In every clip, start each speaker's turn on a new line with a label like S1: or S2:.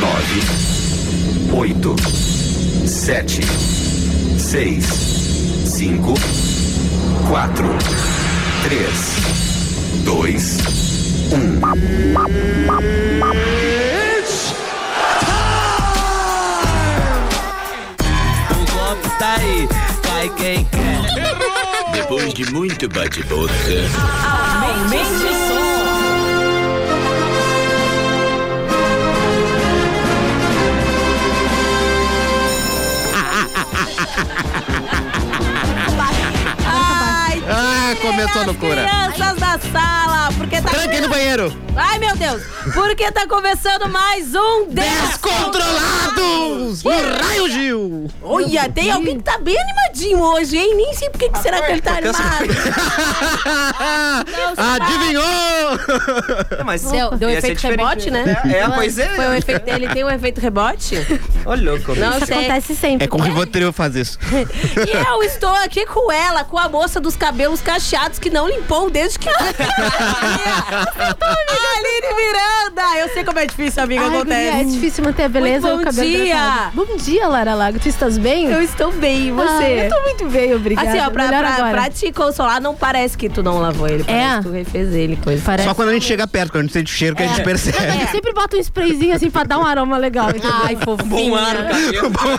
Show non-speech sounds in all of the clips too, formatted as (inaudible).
S1: Nove, oito, sete, seis, cinco, quatro, três, dois, um.
S2: O golpe está aí, cai quem quer.
S3: Depois de muito bate-boca,
S4: Aumente o som. Ai,
S5: Ah, começou a
S4: as
S5: loucura.
S4: Crianças da sala, porque tá.
S5: Tranquei no banheiro.
S4: Ai, meu Deus! Porque tá começando mais um
S5: Descontrolados!
S6: Uh!
S5: No Raio Gil!
S4: Olha, tem alguém que tá bem animadinho hoje, hein? Nem sei por que que será que ele tá animado.
S5: (laughs) Adivinhou!
S7: Mas
S4: Deu, deu
S7: ia ser
S4: efeito
S7: diferente.
S4: rebote, né?
S7: É, é,
S4: Ela-
S7: pois é.
S4: Foi um efeito, ele tem um efeito rebote?
S7: Ô, louco.
S4: Não
S8: Isso
S4: sei.
S8: acontece sempre. né?
S5: É com o Rivotril faz isso.
S4: E eu estou aqui com ela, com a moça dos cabelos cacheados que não limpou desde que. tá Aline Miranda! Eu sei como é difícil, amiga,
S8: Ai,
S4: acontece.
S8: guria, é difícil manter a beleza
S4: Muito
S8: e o
S4: bom
S8: cabelo
S4: dia.
S8: trançado. Bom dia, Lara Lago. Tu estás bem?
S4: Eu estou bem, e
S8: Ah,
S4: você?
S8: eu tô muito bem, obrigada.
S4: Assim, ó, pra,
S8: Melhor
S4: pra,
S8: agora. É.
S4: pra te consolar, não parece que tu não lavou ele. Parece que tu refez ele, coisa.
S8: Parece... É.
S5: Só quando a gente chega perto, quando a gente sente o cheiro, que a gente percebe.
S8: Eu sempre boto um sprayzinho assim pra dar um aroma legal. entendeu?
S4: Ai,
S7: Um Bom
S4: fofinha.
S7: ano,
S5: Um
S7: cabelo.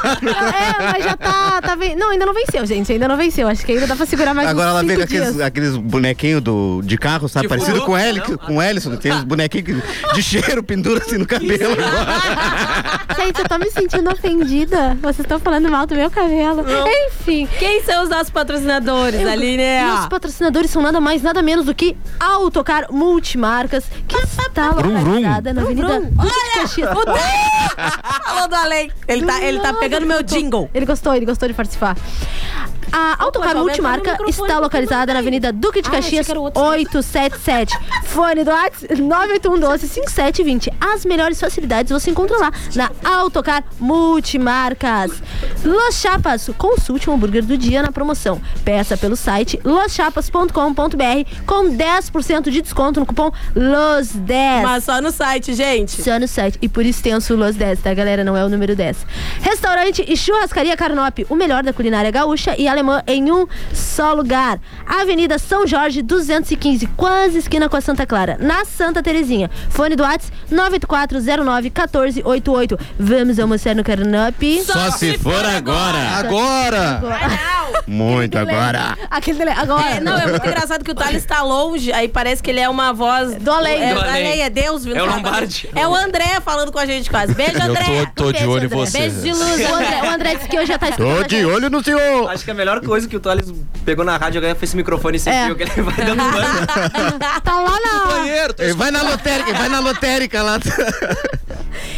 S8: É,
S4: (laughs)
S8: mas já tá. tá ven- Não, ainda não venceu, gente. Ainda não venceu. Acho que ainda dá pra
S5: (laughs)
S8: segurar mais
S5: Agora
S8: uns
S5: ela vem
S8: cinco
S5: com aqueles,
S8: dias.
S5: aqueles bonequinhos do- de carro, sabe?
S7: De
S5: Parecido
S7: voodoo?
S5: com o Heli-
S7: Não.
S5: com o Ellison. Tem uns bonequinhos que- de cheiro, pendura assim no cabelo.
S8: Gente, eu tô me sentindo ofendida. Vocês estão falando mal do meu cabelo. Enfim.
S4: Quem são os nossos patrocinadores, né?
S8: Eu-
S4: Aline?
S8: Nossos patrocinadores são nada mais, nada menos do que Autocar Multimarcas, que está
S5: Vrum, vrum.
S8: localizada na Avenida
S4: Vrum.
S8: Duque de Caxias.
S4: O Dé! Falou do além. Ele tá, ele tá
S8: Não,
S4: pegando
S8: ele
S4: meu
S8: gostou.
S4: jingle.
S8: Ele gostou, ele gostou de participar. A Autocar
S4: pode aumentar o
S8: Multimarca
S4: microfone,
S8: está
S4: porque
S8: localizada na Avenida Duque de
S4: Ah, achei
S8: Caxias
S4: que era outro.
S8: 877. Fone do WhatsApp 981125720. As melhores facilidades você encontra lá na Autocar Multimarcas. Los Chapas, consulte o hambúrguer do dia na promoção. Peça pelo site loschapas.com.br com 10% de desconto no cupom LOS10.
S4: Mas só no site, gente.
S8: Só no site. E por extenso, Los 10, tá, galera? Não é o número 10. Restaurante e churrascaria Carnop, o melhor da culinária gaúcha e alemã em um só lugar. Avenida São Jorge, 215, quase esquina com a Santa Clara, na Santa Terezinha. Fone do Whats 984091488. Vamos almoçar no Carnop.
S5: Só se for agora. Agora! Muito
S8: é
S5: agora!
S8: Aquele tele... Agora.
S4: É, não, é muito engraçado que o Thales tá longe, aí parece que ele é uma voz.
S8: Do além.
S4: É,
S7: Do além.
S4: é Deus vindo
S7: É o
S4: falar
S7: Lombardi.
S4: com a gente. É o André falando com a gente quase. Beijo, André.
S9: Eu tô, tô de
S8: Beijo,
S9: olho em
S8: André.
S9: você.
S4: Beijo de luz,
S8: O André, o
S4: André.
S8: André disse que hoje já tá escutando.
S5: Tô
S8: a
S5: de
S8: gente.
S5: olho no senhor!
S7: Acho que é a melhor coisa que o Thales pegou na rádio agora foi esse microfone sem
S8: É.
S7: fio, que ele vai
S8: (laughs)
S7: dando banda.
S8: Tá lá
S7: Um
S8: na.
S9: Banheiro, tô
S5: Ele vai na lotérica, ele vai na lotérica lá.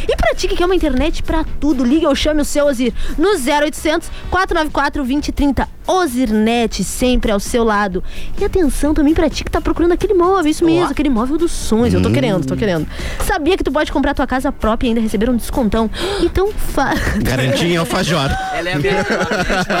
S8: E pratique que é uma internet pra tudo. Liga ou chame o seu Ozir no 0800 494 2030. Ozirnet sempre ao seu lado. E atenção também pra ti que tá procurando aquele móvel, isso mesmo, aquele móvel dos sonhos. Eu tô querendo, tô querendo. Sabia que tu pode comprar tua casa própria e ainda receber um descontão? Então fa... (laughs)
S5: Garantia em alfajor.
S7: Ela é a minha.
S8: Ela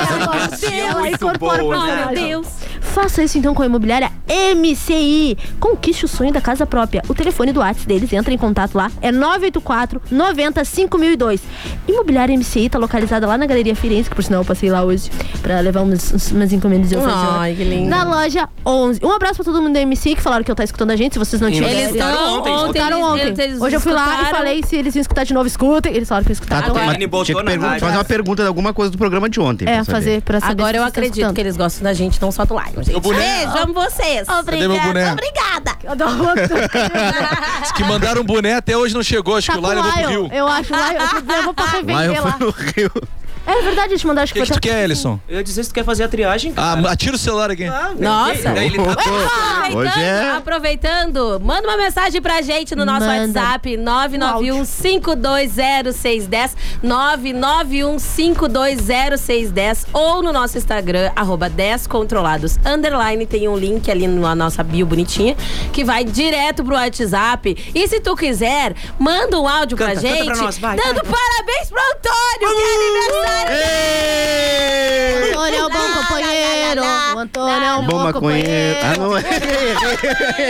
S8: incorpora-
S7: boa, né?
S8: Ai, meu Deus. Faça isso então com a imobiliária MCI. Conquiste o sonho da casa própria. O telefone do WhatsApp deles, entra em contato lá, é 984 90 5002. Imobiliária MCI tá localizada lá na Galeria Firenze, que por sinal eu passei lá hoje pra levar umas, uns- umas encomendas de alfajor.
S4: Ai, que lindo.
S8: Na loja 11. Um abraço pra todo mundo da MCI que falaram que eu tá escutando a gente. Se vocês não tiverem.
S4: Eles
S7: Escutaram ontem,
S4: estão ontem.
S8: escutaram ontem.
S4: eles- eles
S8: hoje eu fui lá e
S4: escutaram.
S8: falei se eles iam escutar de novo, escutem. Eles falaram que
S5: Tá,
S8: escutaram.
S5: tá,
S7: Agora
S5: mas
S7: ele botou
S5: tinha que
S7: na
S5: pergun-
S7: rádio.
S5: fazer uma pergunta de alguma coisa do programa de ontem. pra
S8: é,
S5: eu saber.
S8: fazer pra saber
S4: Agora
S8: se vocês
S4: eu
S8: estão
S4: acredito
S8: escutando.
S4: que eles gostam da gente, não só do Lion, gente.
S9: Meu boneco.
S4: Beijo, amo vocês.
S9: Cadê meu boneco?
S4: Obrigada.
S8: Eu dou outro.
S9: (laughs) Diz que mandaram um boné, até hoje não chegou. Acho
S8: Tá
S9: que
S8: com
S9: o lá levou pro Rio.
S8: Lion. Eu acho lá, eu eu vou pra
S5: Lá eu
S8: revender
S5: fui
S8: lá.
S5: no Rio.
S8: É verdade, eles mandaram as
S9: O que, que
S8: coisas.
S9: tu quer, Ellison?
S7: Eu ia dizer se tu quer fazer a triagem, cara.
S9: Ah, (laughs) atira o celular aqui.
S7: Ah, velho.
S4: Nossa.
S7: Daí ele tá-
S4: Aproveitando,
S5: Hoje é-
S4: aproveitando, manda uma mensagem pra gente no nosso
S8: Manda.
S4: WhatsApp 991-520-610 991-520-610 ou no nosso Instagram, arroba 10controlados underline, tem um link ali na nossa bio bonitinha, que vai direto pro WhatsApp, e se tu quiser manda um áudio pra
S7: Canta, canta
S4: gente,
S7: pra nós, vai,
S4: dando parabéns pro Antônio, que é aniversário
S5: Ei!
S8: O Antônio é o bom companheiro. O Antônio é o
S5: Bom
S8: bom
S5: maconheiro.
S8: companheiro.
S5: Ah, não.
S8: (laughs)
S5: Errei,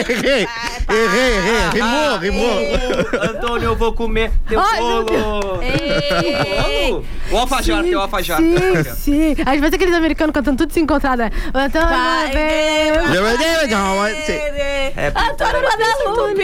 S5: errei, errei. Errei, errei.
S7: Ah,
S5: Rimou, rimou.
S7: Antônio, eu vou comer teu
S8: Ai, meu
S7: bolo.
S4: Ei,
S7: Bolo? O alfajor, tem o alfajor.
S8: Sim, sim. Às vezes aqueles americanos cantando tudo desencontrado, né? O Antônio
S4: Vai,
S8: veio.
S7: É,
S4: Antônio Guadalupe!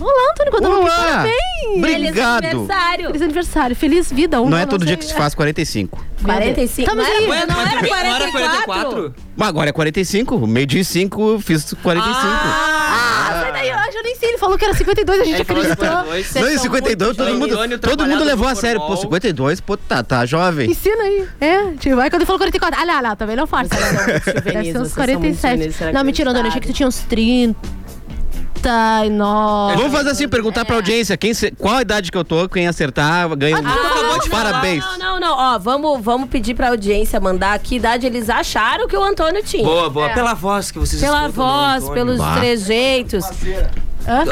S8: Olá, Antônio Guadalupe.
S5: Olá.
S8: Parabéns.
S4: Feliz
S5: Obrigado.
S4: aniversário!
S8: Feliz aniversário. Feliz vida.
S5: (laughs)
S8: Um
S5: Não é
S8: ano,
S5: todo
S8: sei.
S5: dia que se faz 45.
S4: 45.
S8: Estamos
S4: não,
S8: aí.
S4: Era, não, era
S7: não era
S4: 44?
S7: 44?
S5: Mas agora é 45. Meio dia e 5, fiz 45.
S8: Ah, sai daí. Hoje eu nem sei. Ele falou que era 52, a gente
S7: Ele falou
S8: acreditou.
S7: 52.
S8: Vocês
S5: Não, e
S8: são
S5: 52, todo
S7: jovens.
S5: mundo,
S7: Antônio
S5: todo mundo
S7: trabalhava
S5: levou
S7: no
S5: a sério. Pô,
S7: formal.
S5: 52, pô, tá, tá
S8: muito-
S5: jovem.
S8: Ensina aí. É, tipo, aí quando ele falou 44. Ah, lá, lá, tá vendo? Não força.
S4: Vocês são muito juvenis,
S8: Deve ser
S4: vocês
S8: uns
S4: são muito juvenis,
S8: 47.
S4: será que
S8: Não, mentira,
S4: eles
S8: Antônio. Achei que
S4: sabem?
S8: tu tinha uns 39.
S5: Vamos fazer assim, perguntar pra audiência quem, se- qual a idade que eu tô, quem acertar ganha um.
S4: tá.
S7: acabou de falar.
S5: parabéns.
S4: Não, não, não. Ó, vamos, vamos pedir pra audiência mandar que idade eles acharam que o Antônio tinha.
S7: Boa, boa. Pela voz que vocês
S4: Pela
S7: escutam, não,
S4: voz,
S7: Antônio.
S4: pelos
S5: Bah.
S4: trejeitos.
S8: Hã?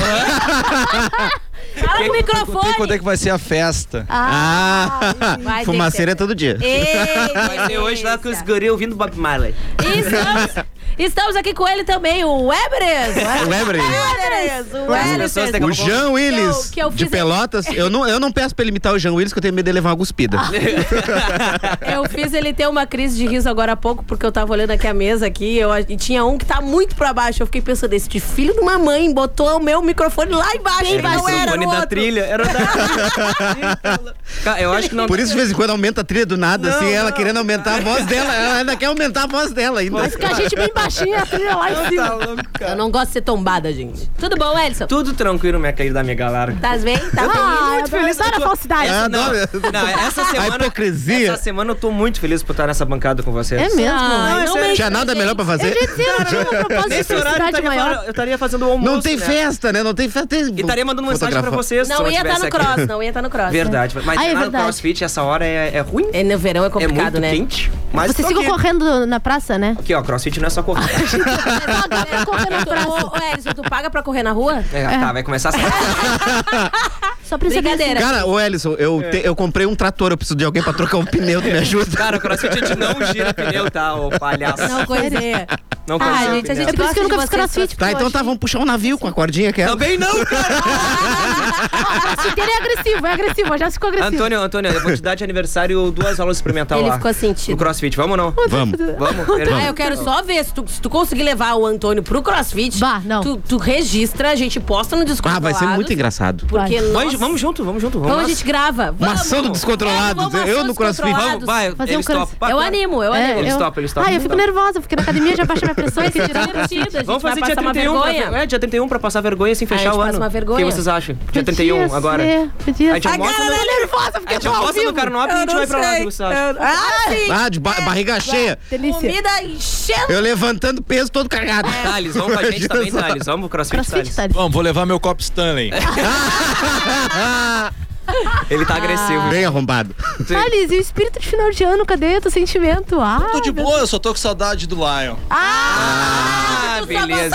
S4: Fala no
S9: Perguntei quando é
S4: microfone.
S9: que vai ser a festa.
S5: Ah,
S4: Vai ter que
S5: fumaceira
S4: ser.
S5: todo dia.
S4: Ei,
S7: Vai ser hoje lá com os
S4: delícia.
S7: guri ouvindo Bob Marley.
S4: E
S7: (laughs)
S4: Estamos, (laughs) estamos aqui com ele também,
S7: (laughs)
S4: o Everest.
S5: O Everest.
S4: Everest, o
S7: As
S4: Everest.
S7: pessoas daqui a
S5: O
S7: pouco-
S5: Jean Willis,
S4: que eu
S5: de
S4: fiz-
S5: Pelotas,
S7: (laughs)
S5: eu não, eu não peço pra ele imitar o Jean Willis, que eu tenho medo de levar uma cuspida.
S4: Eu fiz ele ter uma crise de riso agora há pouco, porque eu tava olhando aqui a mesa aqui eu, e tinha um que tá muito pra baixo. Eu fiquei pensando, esse de filho de uma mãe botou o meu microfone lá embaixo,
S7: Era
S4: não
S7: o
S4: era
S7: microfone
S4: o
S7: da
S4: outro.
S7: trilha. Era o da Cara, Eu acho que não.
S5: Por isso, de vez em quando, aumenta a trilha do nada,
S7: Não,
S5: assim, ela
S7: não.
S5: querendo aumentar a voz dela, ela é ainda quer aumentar a voz dela ainda.
S8: Mas com a gente bem baixinha, a trilha lá em
S7: Tá
S8: cima.
S7: louco,
S4: Eu
S7: cara.
S4: não gosto de ser tombada, gente. Tudo bom, Elson?
S7: Tudo tranquilo, minha querida amiga Galera.
S4: Tá bem? Tá
S8: Ah,
S4: bem?
S8: eu tô- adoro a falsidade.
S5: Ah,
S7: Não,
S5: adoro.
S7: não, essa semana.
S5: (laughs) A hipocrisia.
S7: Essa semana eu tô muito feliz por estar nessa bancada com vocês.
S8: É mesmo?
S4: Ai,
S7: é
S4: não
S7: sério.
S4: me-
S5: Tinha nada melhor pra fazer?
S8: Eu já
S5: (laughs)
S8: disse, eu tinha um propósito de
S7: Nesse
S4: Tá
S7: horário eu
S8: felicidade
S7: estaria,
S8: maior.
S7: fa- eu estaria fazendo o almoço.
S5: Não tem
S7: né?
S5: festa, né? Não tem festa. tem-
S7: E estaria mandando mensagem pra
S5: Fotografa-
S7: vocês. se
S4: Não
S7: eu
S4: ia estar
S7: tivesse
S4: no
S7: aqui.
S4: cross, não ia estar no cross.
S7: Verdade. Mas
S8: Ah, é
S7: lá no
S8: verdade.
S7: crossfit, essa hora é, é ruim.
S4: É, no verão é
S7: É
S4: complicado,
S7: muito
S4: né?
S7: quente. Mas
S8: Vocês
S7: tô
S8: ficam
S7: aqui.
S8: correndo na praça, né?
S7: Aqui, ó, crossfit não é só
S4: (laughs)
S7: correr.
S4: Mas, ó, galera, correr na praça. Ô, ô, Elson, tu paga pra correr na rua?
S7: É, Tá, vai começar assim. essa.
S5: (laughs)
S8: Só pra saber
S4: Brincadeira.
S5: Cara, ô Ellison, eu,
S7: É.
S5: te- eu comprei um trator, eu preciso de alguém pra trocar um
S7: (laughs)
S5: pneu, tu me ajuda?
S7: Cara, o crossfit a gente não gira pneu, tá, ô palhaço.
S4: Não, coisinha.
S7: Não
S4: Ah,
S7: consigo,
S4: gente, a
S7: entendeu?
S8: É
S4: gente
S8: por isso que eu nunca
S4: gosta
S8: fiz
S4: de vocês,
S8: crossfit.
S5: Tá, então tá, vamos puxar um navio com a cordinha que é.
S7: Também não, cara!
S8: assim. Nossa, ele é agressivo, é agressivo, já ficou agressivo.
S7: Antônio, Antônio, eu vou te dar de aniversário duas aulas experimental
S4: Ele
S7: Tá lá.
S4: ficou sentido.
S7: No crossfit, vamos ou não?
S5: Vamos.
S7: Vamos.
S4: Ah, eu quero só ver se tu, se tu conseguir levar o Antônio pro CrossFit.
S8: Bah, não.
S4: Tu, tu registra, a gente posta no Discord.
S5: Ah, vai ser muito engraçado.
S4: Porque
S8: Vai.
S4: nós.
S7: Vamos, vamos junto, vamos junto.
S4: Então
S7: Vamos lá.
S4: a gente grava.
S5: Uma
S4: Vamos.
S5: ação do descontrolado.
S4: Vamos, vamos,
S5: Eu
S4: ação
S5: no
S4: dos
S5: crossfit.
S4: controlados.
S7: Vamos, vai,
S8: Fazer um
S7: eles
S8: cross-
S7: topam.
S4: Eu animo, eu
S8: É,
S4: animo.
S7: Eles
S8: eu-
S7: topam, eles topam,
S8: Ah, eu
S7: eles
S8: fico
S7: topam.
S8: nervosa, porque na academia já baixa minha pressão, é que tirar
S4: Divertido, a gente
S7: Vamos
S4: vai
S7: fazer dia
S4: passar uma
S7: 31.
S4: vergonha. Ah,
S7: Pra, é, dia 31 pra passar vergonha sem
S4: a
S7: fechar
S4: gente
S7: o
S4: passa
S7: ano.
S4: uma vergonha. é.
S7: O que vocês acham? Dia 31 agora.
S8: é, Podia
S7: A gente
S8: ser.
S7: almoça no-
S8: nervosa,
S7: A gente almoça no Carnópolis e a gente vai pra
S8: É,
S7: lá, o que vocês acham?
S4: Eu- Ah, sim.
S5: Ah, de ba- barriga cheia.
S8: Delícia.
S4: Comida enchendo.
S5: Eu levantando peso todo cagado.
S4: É.
S7: Thales, vamos pra gente também, Thales. Vamos pro crossfit,
S8: Crossfit,
S7: Thales.
S8: tá?
S9: Vamos, vou levar meu copo Stanley.
S7: (laughs)
S9: Ah,
S7: Ele tá agressivo.
S5: Bem arrombado.
S8: Ah, Liz, e o espírito de final de ano, cadê teu sentimento? Ah,
S9: Tô de boa, eu só tô com saudade do Lion.
S7: Ah, beleza.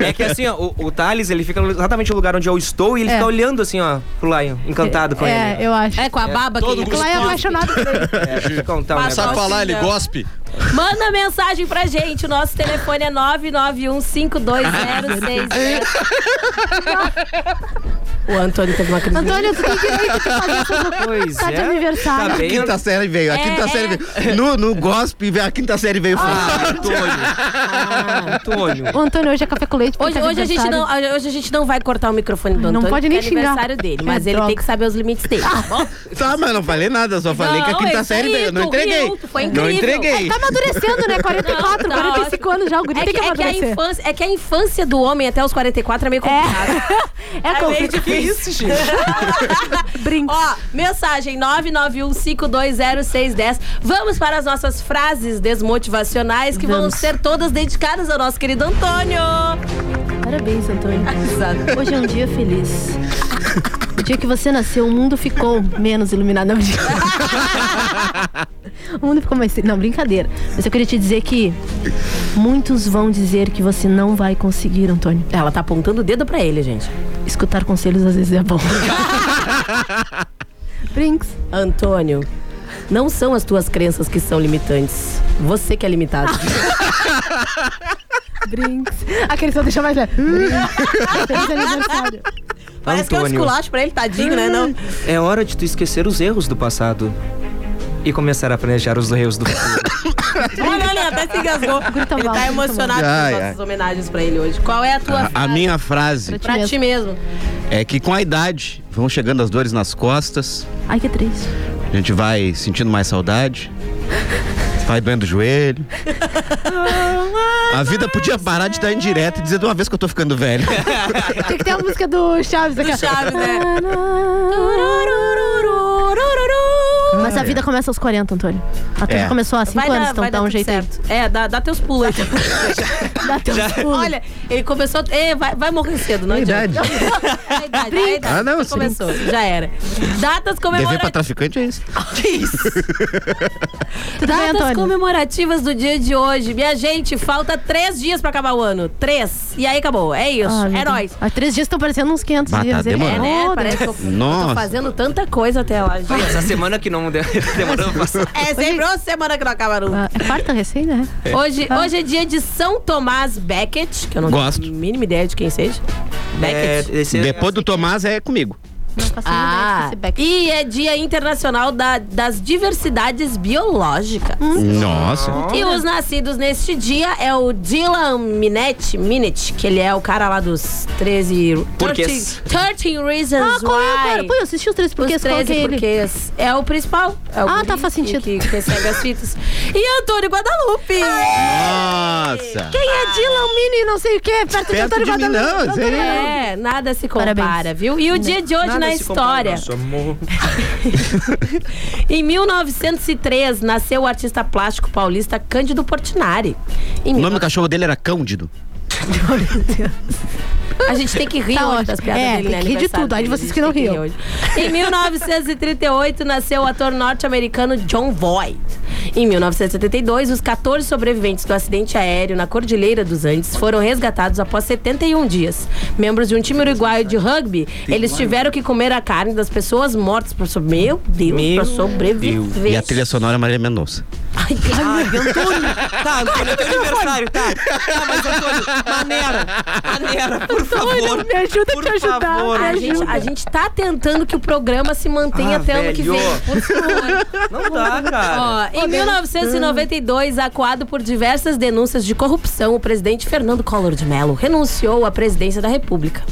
S7: É que assim, ó, o, o Thales, ele fica exatamente no lugar onde eu estou e ele
S8: É.
S7: fica olhando assim, ó, pro Lion, encantado com
S8: é,
S7: ele.
S8: eu acho.
S4: É, com a baba
S9: todo
S4: aqui.
S9: gostoso.
S8: Ela é apaixonada por ele.
S7: É, deixa eu contar um
S4: Mas
S9: Sabe
S7: negócio.
S9: falar, ele gospe?
S4: (laughs) Manda mensagem pra gente. O nosso telefone é 991520610. o Antônio teve uma crise.
S8: Antônio, tu tem que tu tem que fazer
S5: (laughs)
S8: essas
S7: Pois
S8: Tá de
S7: é.
S8: aniversário.
S7: Tá
S5: A
S7: bem.
S5: quinta série veio, a
S4: É,
S5: quinta
S4: é. Ah,
S5: série veio. No, no gospel, a quinta série veio Ah, fora.
S7: Ah, Antônio. Antônio.
S8: O Antônio hoje é café com leite. porque
S4: Hoje,
S8: tá de
S4: hoje, a gente não,
S8: aniversário.
S4: hoje a gente não vai cortar o microfone do
S8: Não
S4: Antônio.
S8: pode nem
S4: porque é aniversário
S8: xingar.
S4: dele, mas
S8: É,
S4: ele
S8: droga.
S4: tem que saber os limites dele. tá bom?
S5: Tá, mas não falei nada, eu só falei que a
S4: Não,
S5: quinta
S4: isso
S5: série
S4: aí,
S5: veio. Não
S4: tu
S5: entreguei.
S4: riu, tu foi
S5: não
S4: incrível.
S5: (laughs) entreguei.
S8: Tá amadurecendo, né? 44,
S4: Não, tá
S8: 45 anos já, o guri
S4: É
S8: tem
S4: que,
S8: que
S4: é, que a
S8: amadurecer.
S4: infância, é que a infância do homem até os 44 é meio complicada.
S8: É, é
S4: meio
S8: complicado.
S7: isso, gente?
S4: (laughs)
S8: Brinca.
S4: Ó, mensagem 991520610. Vamos para as nossas frases desmotivacionais que vão
S8: Vamos.
S4: ser todas dedicadas ao nosso querido Antônio.
S8: Parabéns, Antônio.
S4: (laughs) Exato.
S8: Hoje é um dia feliz. O dia que você nasceu, o mundo ficou menos iluminado. Não, mentira. (laughs) o mundo ficou mais. Não, brincadeira. Mas eu queria te dizer que muitos vão dizer que você não vai conseguir, Antônio.
S4: Ela tá apontando o dedo pra ele, gente.
S8: (laughs) Escutar conselhos às vezes é bom. Brinks.
S4: Antônio, Não são as tuas crenças que são limitantes. Você que é
S8: Ah,
S4: limitado.
S8: Brinks.
S4: (laughs)
S8: Aquele só deixa mais leve. Feliz aniversário.
S4: Parece que é um
S7: Antônio.
S4: esculacho pra ele, tadinho,
S8: (laughs)
S4: né? Não.
S7: É hora de tu esquecer os erros do passado e começar a planejar os erros do futuro.
S4: Olha, olha, até se engasgou.
S8: Grita
S4: Ele
S8: mal,
S4: tá
S8: grita
S4: emocionado com
S5: mal.
S4: as
S5: Ai,
S4: nossas homenagens pra ele hoje. Qual é a tua
S5: A, a
S4: frase?
S5: minha frase
S4: Pra ti mesmo.
S5: é que com a idade vão chegando as dores nas costas,
S8: Ai, que triste.
S5: a gente vai sentindo mais saudade, vai doendo o joelho. A vida podia parar de dar indireta e dizer de uma vez que eu tô ficando velho.
S8: Tinha que ter a música do Chaves aqui.
S4: Do Chaves, né?
S8: (laughs) Mas a vida começa aos 40, Antônio. A tua
S5: É.
S8: já começou há 5 anos, então dá um
S4: tudo
S8: jeito aí.
S4: certo. É, dá, dá teus pulos aí.
S8: Dá teus pulos.
S4: Olha, ele começou. É, vai, vai morrer cedo, não adianta. (laughs) A idade, a idade.
S5: Ah, não,
S4: Já
S5: sim.
S4: começou, já era.
S5: Dever
S4: Datas
S5: pra
S4: comemorativas.
S5: traficante é
S4: (laughs)
S5: isso.
S8: Tudo bem,
S4: Datas
S8: Tá Antônio?
S4: comemorativas do dia de hoje. Minha gente, falta três dias pra acabar o ano. Três. E aí acabou. É isso.
S8: Ah, meu Deus.
S4: é nóis.
S8: Há três dias estão parecendo uns 500
S5: Bah, tá
S8: dias. hein?
S5: demorando.
S4: É,
S8: Oh,
S4: Parece que eu, eu tô
S5: Nossa.
S4: fazendo tanta coisa até lá.
S8: Tá
S4: gente.
S7: Essa semana que não deu- (laughs) demorou pra passar.
S4: É sempre uma semana que não acaba nunca.
S8: Ah, É quarta recém, né?
S4: Hoje, hoje é dia de São Tomás Becket, que eu não
S5: Gosto.
S4: tenho a mínima ideia de quem seja. Becket.
S7: É, esse-
S5: Depois
S4: assim.
S5: do Tomás é comigo.
S8: Não faço
S4: Ah,
S8: ah. ideia de
S4: e é Dia Internacional da- das Diversidades Biológicas.
S5: Nossa.
S4: E os nascidos neste dia é o Dylan Minette, Minette que ele é o cara lá dos 13...
S7: Porquês.
S4: 13, 13 Reasons
S8: Ah, qual é o
S4: Why.
S8: cara? Pô, eu assisti os três porquês,
S4: Os
S8: qual que é
S4: 13
S8: ele?
S4: porquês. É o principal. É o
S8: Ah,
S4: guri
S8: tá, faz
S4: que-
S8: sentido.
S4: Que, que recebe as fitas. E Antônio Guadalupe.
S5: Nossa.
S8: Quem é Dylan Mini, não sei o quê? Perto, de
S5: Perto
S8: Antônio
S5: de mim,
S8: Guadalupe.
S5: não, sei.
S4: É, nada se compara,
S8: Parabéns.
S4: viu? E o dia de hoje na história. (laughs) Em 1903, nasceu o artista plástico paulista Cândido Portinari. Em
S5: O
S4: mil-
S5: nome do cachorro dele era Cândido.
S4: A gente tem que rir
S8: Tá
S4: hoje
S8: ótimo.
S4: das piadas
S8: É,
S4: dele, né?
S8: tem que rir de
S4: Aniversário
S8: tudo, aí
S4: dele,
S8: vocês
S4: a gente
S8: que não
S4: tem
S8: riam.
S4: rir hoje. Em 1938, nasceu o ator norte-americano John Voight. Em 1972, os 14 sobreviventes do acidente aéreo na Cordilheira dos Andes foram resgatados após 71 dias. Membros de um time uruguaio de rugby, eles tiveram que comer a carne das pessoas mortas por sobre... Meu Deus,
S7: Meu
S4: pra sobreviver.
S5: E a trilha sonora é Maria Mendonça.
S4: Ai, que raiva.
S7: Tá, Antônio, é teu aniversário, tá. Tá, mas Antônio, maneira, maneira, por favor.
S8: Tá Me ajuda a
S7: Por
S8: te ajudar.
S7: favor.
S8: me
S4: A gente,
S8: ajuda.
S4: a gente tá tentando que o programa se mantenha
S7: Ah,
S4: até ano que vem.
S7: velho.
S4: Por favor.
S7: Não dá, cara.
S4: Ó, em 1992, acuado por diversas denúncias de corrupção, o presidente Fernando Collor de Mello renunciou à presidência da República.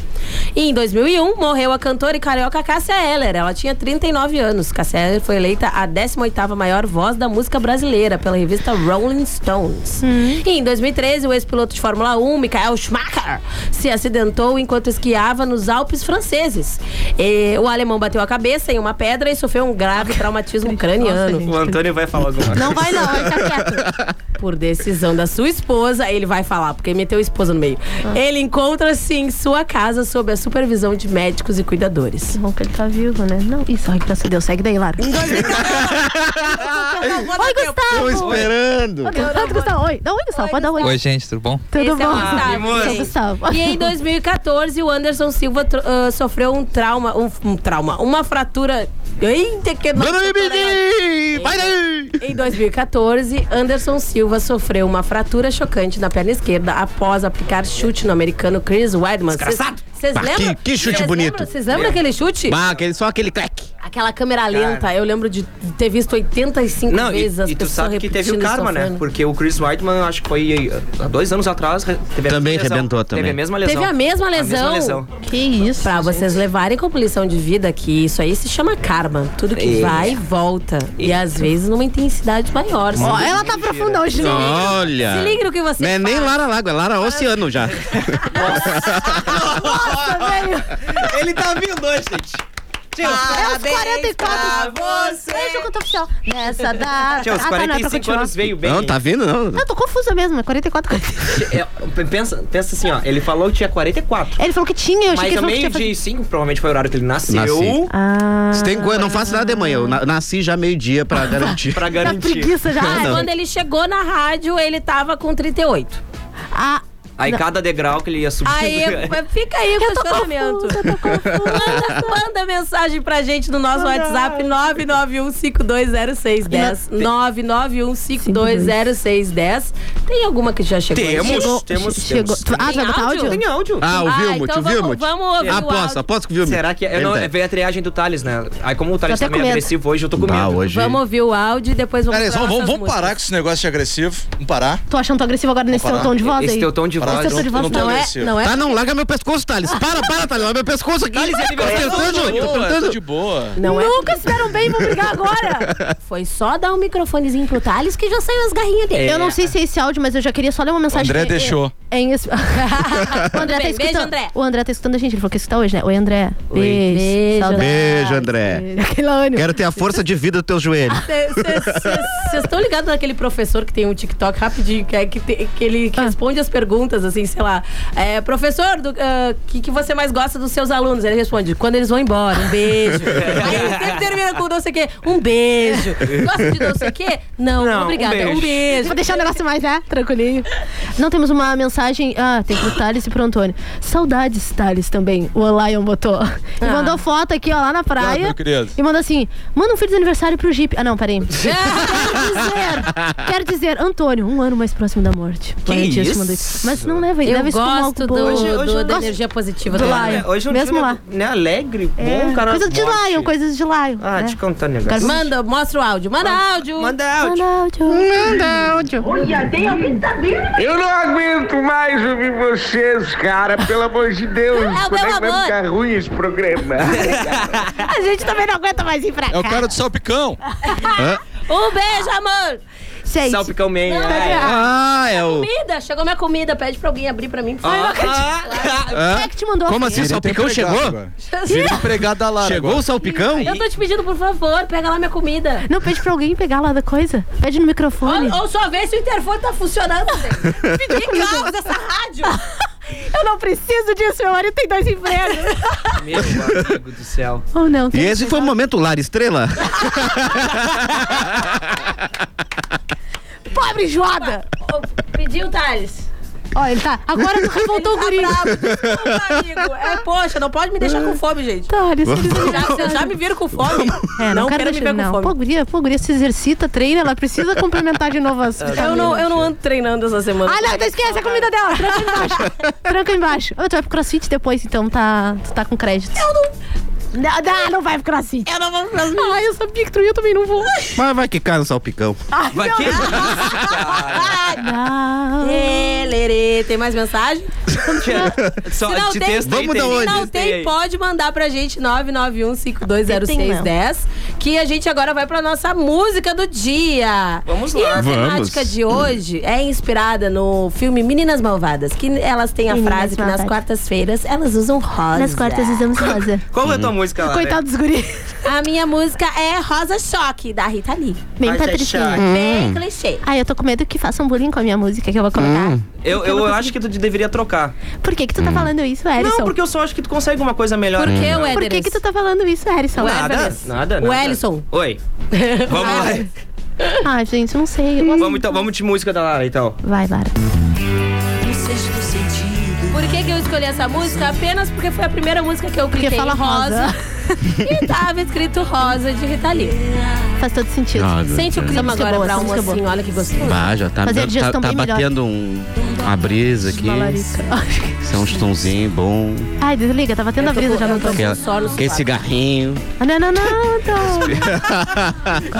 S4: E em 2001, morreu a cantora e carioca Cássia Eller. Ela tinha 39 anos. Cássia Eller foi eleita a 18ª maior voz da música brasileira pela revista Rolling Stones. E em 2013, o ex-piloto de Fórmula 1, Michael Schumacher, se acidentou enquanto esquiava nos Alpes franceses. E o alemão bateu a cabeça em uma pedra e sofreu um grave traumatismo craniano.
S8: Nossa, gente.
S7: O Antônio vai falar alguma coisa.
S4: Não vai não, ele tá quieto. Por decisão da sua esposa, ele vai falar, porque meteu a esposa no meio.
S8: Ah.
S4: Ele encontra-se em sua casa sob a supervisão de médicos e cuidadores.
S8: Que bom que ele tá vivo, né? Não, isso, ai, graças a Deus. Segue daí, Lara. Oi,
S5: Tô
S8: Gustavo!
S5: esperando.
S8: Oi, Gustavo. Oi, dá oi, Gustavo. Pode dar um oi.
S9: Oi, gente, tudo bom?
S8: Tudo
S4: Esse é o
S8: bom?
S4: Gustavo,
S8: Esse é o
S4: gente.
S8: Gustavo.
S4: E em 2014, o Anderson Silva tro- ah, sofreu um trauma, um, um trauma, uma fratura. Eita, que
S5: Dona Bibi! Vai daí!
S4: Em 2014, Anderson Silva sofreu uma fratura chocante na perna esquerda após aplicar chute no americano Chris Weidman. Vocês vocês
S5: Bah,
S4: lembram?
S5: que- que chute
S4: Vocês
S5: bonito. É.
S4: lembram- Vocês
S7: É.
S4: lembram daquele chute?
S5: Bah, aquele, só aquele crack.
S4: Aquela câmera lenta, eu lembro de ter visto 85
S7: Não, e,
S4: vezes as
S7: e tu
S4: pessoas
S7: sabe que teve o
S4: repetindo e
S7: karma, né?
S4: sofrendo.
S7: Porque o Chris Whiteman, acho que foi eh, há dois anos atrás, re- teve a mesma
S5: Também
S7: lesão.
S5: arrebentou
S7: Teve
S5: também.
S7: a mesma lesão.
S4: Teve a mesma lesão.
S7: lesão.
S8: Que isso.
S4: Pra vocês levarem como lição de vida que isso aí se chama karma. Tudo que
S7: Isso.
S4: vai, volta. E às vezes numa intensidade maior.
S8: Ó,
S4: Se
S8: ela tá profunda hoje, né?
S5: Olha!
S4: liga no que você
S5: Não é nem
S4: faz.
S5: Lara Lago, é Lara Oceano já.
S8: Nossa, velho.
S7: Ele tá vindo hoje, gente. Tinha os-
S8: É
S6: Ah,
S8: os 44.
S7: pra você.
S8: Beijo conto oficial. Nessa
S4: (laughs)
S8: data.
S7: tinha os
S8: Ah, tá, não, é pra
S7: 45
S8: continuar.
S7: anos, veio bem.
S5: Não, tá vindo não.
S8: Eu tô confusa mesmo, é 44.
S7: É, pensa, pensa assim, ó. Ele falou que tinha 44.
S8: Ele falou que
S4: É,
S8: tinha, eu
S7: Mas
S8: achei que ele falou que
S7: também
S8: tinha.
S7: de 5, provavelmente foi o horário que ele nasceu.
S5: Nasci.
S7: Tá
S8: Ah,
S5: Se tem coisa, não faço nada de manhã. Eu na- nasci já meio-dia
S4: (laughs)
S5: pra garantir.
S7: Pra
S8: tá
S7: garantir.
S8: preguiça já.
S4: Ah, Quando ele chegou na rádio, ele tava com 38.
S8: Ah,
S7: Aí cada degrau que ele ia subir. (laughs)
S4: Aí fica aí com o
S8: eu tô
S4: questionamento.
S8: confusa, eu tô confusa.
S4: (laughs) Manda, manda mensagem mensagem pra gente no nosso WhatsApp 991520610. 991520610. Tem alguma que já chegou?
S7: Temos.
S4: Chegou.
S7: temos-
S8: chegou.
S7: temos.
S8: Ah, tu vai botar
S4: Tem áudio?
S8: áudio?
S7: Tem áudio?
S5: Ah, o
S4: Ah,
S5: Vilmut,
S4: então
S5: o
S4: vamos-
S5: Vilmut.
S4: vamos ouvir o
S5: Aposto,
S4: áudio.
S5: aposto que o Vilmut.
S7: Será que. é, Eu não,
S5: Ele tem.
S7: veio a triagem do Thales, né? Aí, como o Thales
S8: até
S7: tá meio
S8: com medo.
S7: agressivo hoje, eu tô com medo.
S5: Ah, hoje.
S4: Vamos ouvir o áudio e depois vamos
S9: Peraí,
S4: pra
S9: só vamos,
S4: nossas
S9: vamos parar com
S4: músicas.
S9: esse negócio de agressivo. Vamos parar.
S8: Tu achando tu agressivo agora nesse teu
S9: parar.
S8: tom de voz
S7: Esse
S8: aí?
S7: teu tom de
S9: Parar,
S7: voz.
S8: eu tô de voz,
S9: tô
S8: não
S4: Não é,
S9: agressivo.
S4: não é.
S5: Tá, não, larga meu pescoço,
S6: (laughs)
S5: Thales. Para, para, Thales. Larga meu pescoço aqui.
S7: Thales, é
S5: tô
S7: aniversário do
S5: tentando,
S7: Antônio.
S5: tô
S9: Boa, tô
S5: tentando.
S9: de boa.
S4: Não é.
S8: Nunca se deram bem, vão brigar agora.
S4: (laughs) Foi só dar um microfonezinho pro Thales que já saiu as garrinhas dele.
S8: Eu não sei se é esse áudio, mas eu já queria só ler uma mensagem.
S9: André
S8: que é-
S9: deixou.
S8: É, é em... es- (laughs) o André tá
S4: bem,
S8: escutando.
S4: beijo, André.
S8: O André tá escutando a gente, ele falou que escuta hoje, né? Oi, André. Beijo.
S4: Beijo,
S8: Saudade.
S5: Beijo, André.
S8: Aquele ânimo.
S5: Quero ter a força de vida do teu joelho.
S4: Vocês estão ligados naquele professor que tem um TikTok rapidinho, que, é- que, te- que ele
S7: Ah.
S4: que responde as perguntas, assim, sei lá. É, professor, o que, que você mais gosta dos seus alunos? Ele responde, quando eles vão embora, um
S5: (laughs)
S4: beijo.
S7: (laughs)
S4: Aí ele sempre termina com não sei o quê, um beijo. Gosta de não sei o quê? Não,
S7: Não, um
S4: obrigada, um
S7: beijo.
S4: beijo.
S8: Vou deixar o negócio mais, né? Tranquilinho. Não temos uma mensagem. Ah, tem pro Thales e pro Antônio. Saudades, Thales, também. O Lion botou. E
S4: Ah.
S8: mandou foto aqui, ó, lá na
S9: Obrigado,
S8: praia.
S9: meu querido.
S8: E mandou assim: manda um feliz aniversário pro Jeep. Ah, não,
S4: (laughs)
S8: peraí. quero dizer, quero dizer, Antônio, um ano mais próximo da morte. Planetíssimo
S7: isso?
S8: mandou Mas não leva aí,
S4: Eu
S8: leva isso como algo
S4: gosto do,
S8: bom.
S7: Hoje- hoje
S4: do-
S7: eu
S4: da
S7: gosto
S4: energia positiva
S8: do
S4: do
S8: Lion.
S4: Lion.
S7: É, Hoje é um
S8: Mesmo
S7: dia,
S8: lá.
S7: Né, alegre,
S8: É,
S7: bom, cara.
S8: coisas de
S7: morte.
S8: Lion, coisas de Lion.
S7: Ah,
S8: né?
S7: te contar um negócio.
S4: Manda, mostra o áudio. Manda áudio.
S7: Manda áudio.
S8: Manda áudio. Manda áudio.
S6: Eu não aguento mais ouvir vocês, cara. Pelo amor de Deus.
S4: (laughs) É o
S6: Quando
S4: meu
S6: é que
S4: amor.
S6: vai ficar ruim esse programa?
S8: A gente também não aguenta mais ir pra cá.
S9: (laughs) É o cara do salpicão.
S4: Um beijo, amor.
S8: Gente,
S7: Salpicão Man.
S4: Não,
S7: é.
S4: é.
S5: Ah, é o.
S4: Comida, chegou minha comida. Pede pra alguém abrir pra mim.
S7: Ah,
S8: quem é
S5: Hã?
S8: que te mandou
S5: Como
S8: a
S5: assim?
S8: senha?
S5: Salpicão chegou?
S8: (laughs)
S9: agora. Vira empregado da Lara.
S5: Chegou o
S9: agora.
S5: salpicão?
S4: Eu tô te pedindo, por favor, pega lá minha comida.
S8: Não, pede pra alguém pegar lá da coisa. Pede no microfone. É,
S4: Ou, ou só vê se o interfone tá
S8: (laughs)
S4: funcionando. gente. Pedi caos essa rádio.
S8: Eu não preciso disso, meu marido tem dois empregos.
S7: ah, meu amigo do céu.
S8: Ou não,
S5: E
S8: tem
S5: esse foi o momento Lara
S8: (laughs)
S5: Estrela.
S8: pobre enjoada.
S4: Ô, Pediu, Thales.
S8: Ó, ele tá. Agora tu revoltou o guri.
S4: Tá bravo, desculpa, amigo. É, poxa, não pode me deixar com fome, gente.
S8: Tá, eles- eles-
S4: Já, vocês já me viram com fome.
S8: É, não, quero
S4: me
S8: deixar,
S4: ver
S8: não.
S4: com
S8: Pô,
S4: fome.
S8: guria, pô, guria se exercita, treina, ela precisa complementar de novo as...
S4: (laughs) Eu não, eu não ando treinando essa semana.
S8: Tá Ah, não, então esquece a comida
S4: (laughs)
S8: dela. Tranca embaixo. Tranca embaixo. Ô, tu vai pro crossfit depois, então tá, tu tá com crédito. Eu não... Não, não, não vai pro crossfit. Eu não vou pro crossfit. Ah, eu sabia que tu ia, eu também não vou.
S5: Mas vai quicar no salpicão.
S8: Ai,
S7: Vai que
S8: não.
S4: Ê, Lerê, tem mais mensagem?
S6: (laughs)
S7: Só
S4: Se não
S7: te
S4: tem-
S7: testei,
S5: Vamos
S7: tem.
S5: dar onde?
S4: Se não tem, pode mandar pra gente 991-520610, que a gente agora vai pra nossa música do dia.
S7: Vamos
S4: E a
S7: lá.
S4: temática de hoje é inspirada no filme Meninas Malvadas, que elas têm a
S8: Meninas
S4: frase que nas
S8: Malvadas.
S4: quartas-feiras elas usam rosa.
S8: Nas quartas
S4: (laughs)
S8: usamos rosa.
S7: Qual é
S5: Uhum.
S7: a tua música lá?
S8: Coitado dos guri.
S4: A minha música é Rosa Choque, da Rita Lee.
S8: Bem
S7: Mas é
S8: patricinha.
S7: chato.
S4: Bem clichê.
S8: Ai, eu tô com medo que façam bullying com a minha música que eu vou colocar.
S7: Eu, eu acho que tu deveria trocar.
S8: Por que que
S7: Hum.
S8: tu tá falando isso, Erison?
S7: Não, porque eu só acho que tu consegue uma coisa melhor.
S4: Por
S5: Uhum.
S4: que, o
S8: Por que que tu tá falando isso, Erison?
S4: Ué.
S7: Hum. Nada,
S4: Everest?
S7: nada,
S4: O
S7: nada.
S4: Ellison.
S7: Oi. Vamos lá.
S8: Ai, Ah, gente, eu não sei.
S4: (laughs)
S8: Eu-
S7: Vamos, então, vamos de música da Lara, então.
S8: Vai, Lara.
S4: Por que, que eu escolhi essa música? Apenas porque foi a primeira música que eu cliquei
S8: Porque fala
S4: em rosa.
S8: rosa.
S4: (laughs) e tava escrito Rosa de Rita Lee.
S8: Faz todo sentido.
S4: Sente o clima
S8: música é
S4: agora
S8: boa,
S4: pra
S8: essa
S4: um
S8: música é boa.
S4: assim, olha que gostoso.
S5: Ah, já tá,
S8: Fazer a digestão
S5: tá, tá
S8: bem melhor. (laughs)
S5: batendo um, uma brisa aqui.
S8: Valorica.
S5: São uns tonzinhos bom.
S8: (laughs)
S5: é-
S8: Ai, desliga, tava tendo a brisa já no tô.
S4: tô-
S5: Aquela,
S4: só no
S5: aquele
S4: sovaco.
S5: cigarrinho.
S8: Ah, Não, não, não, então. não.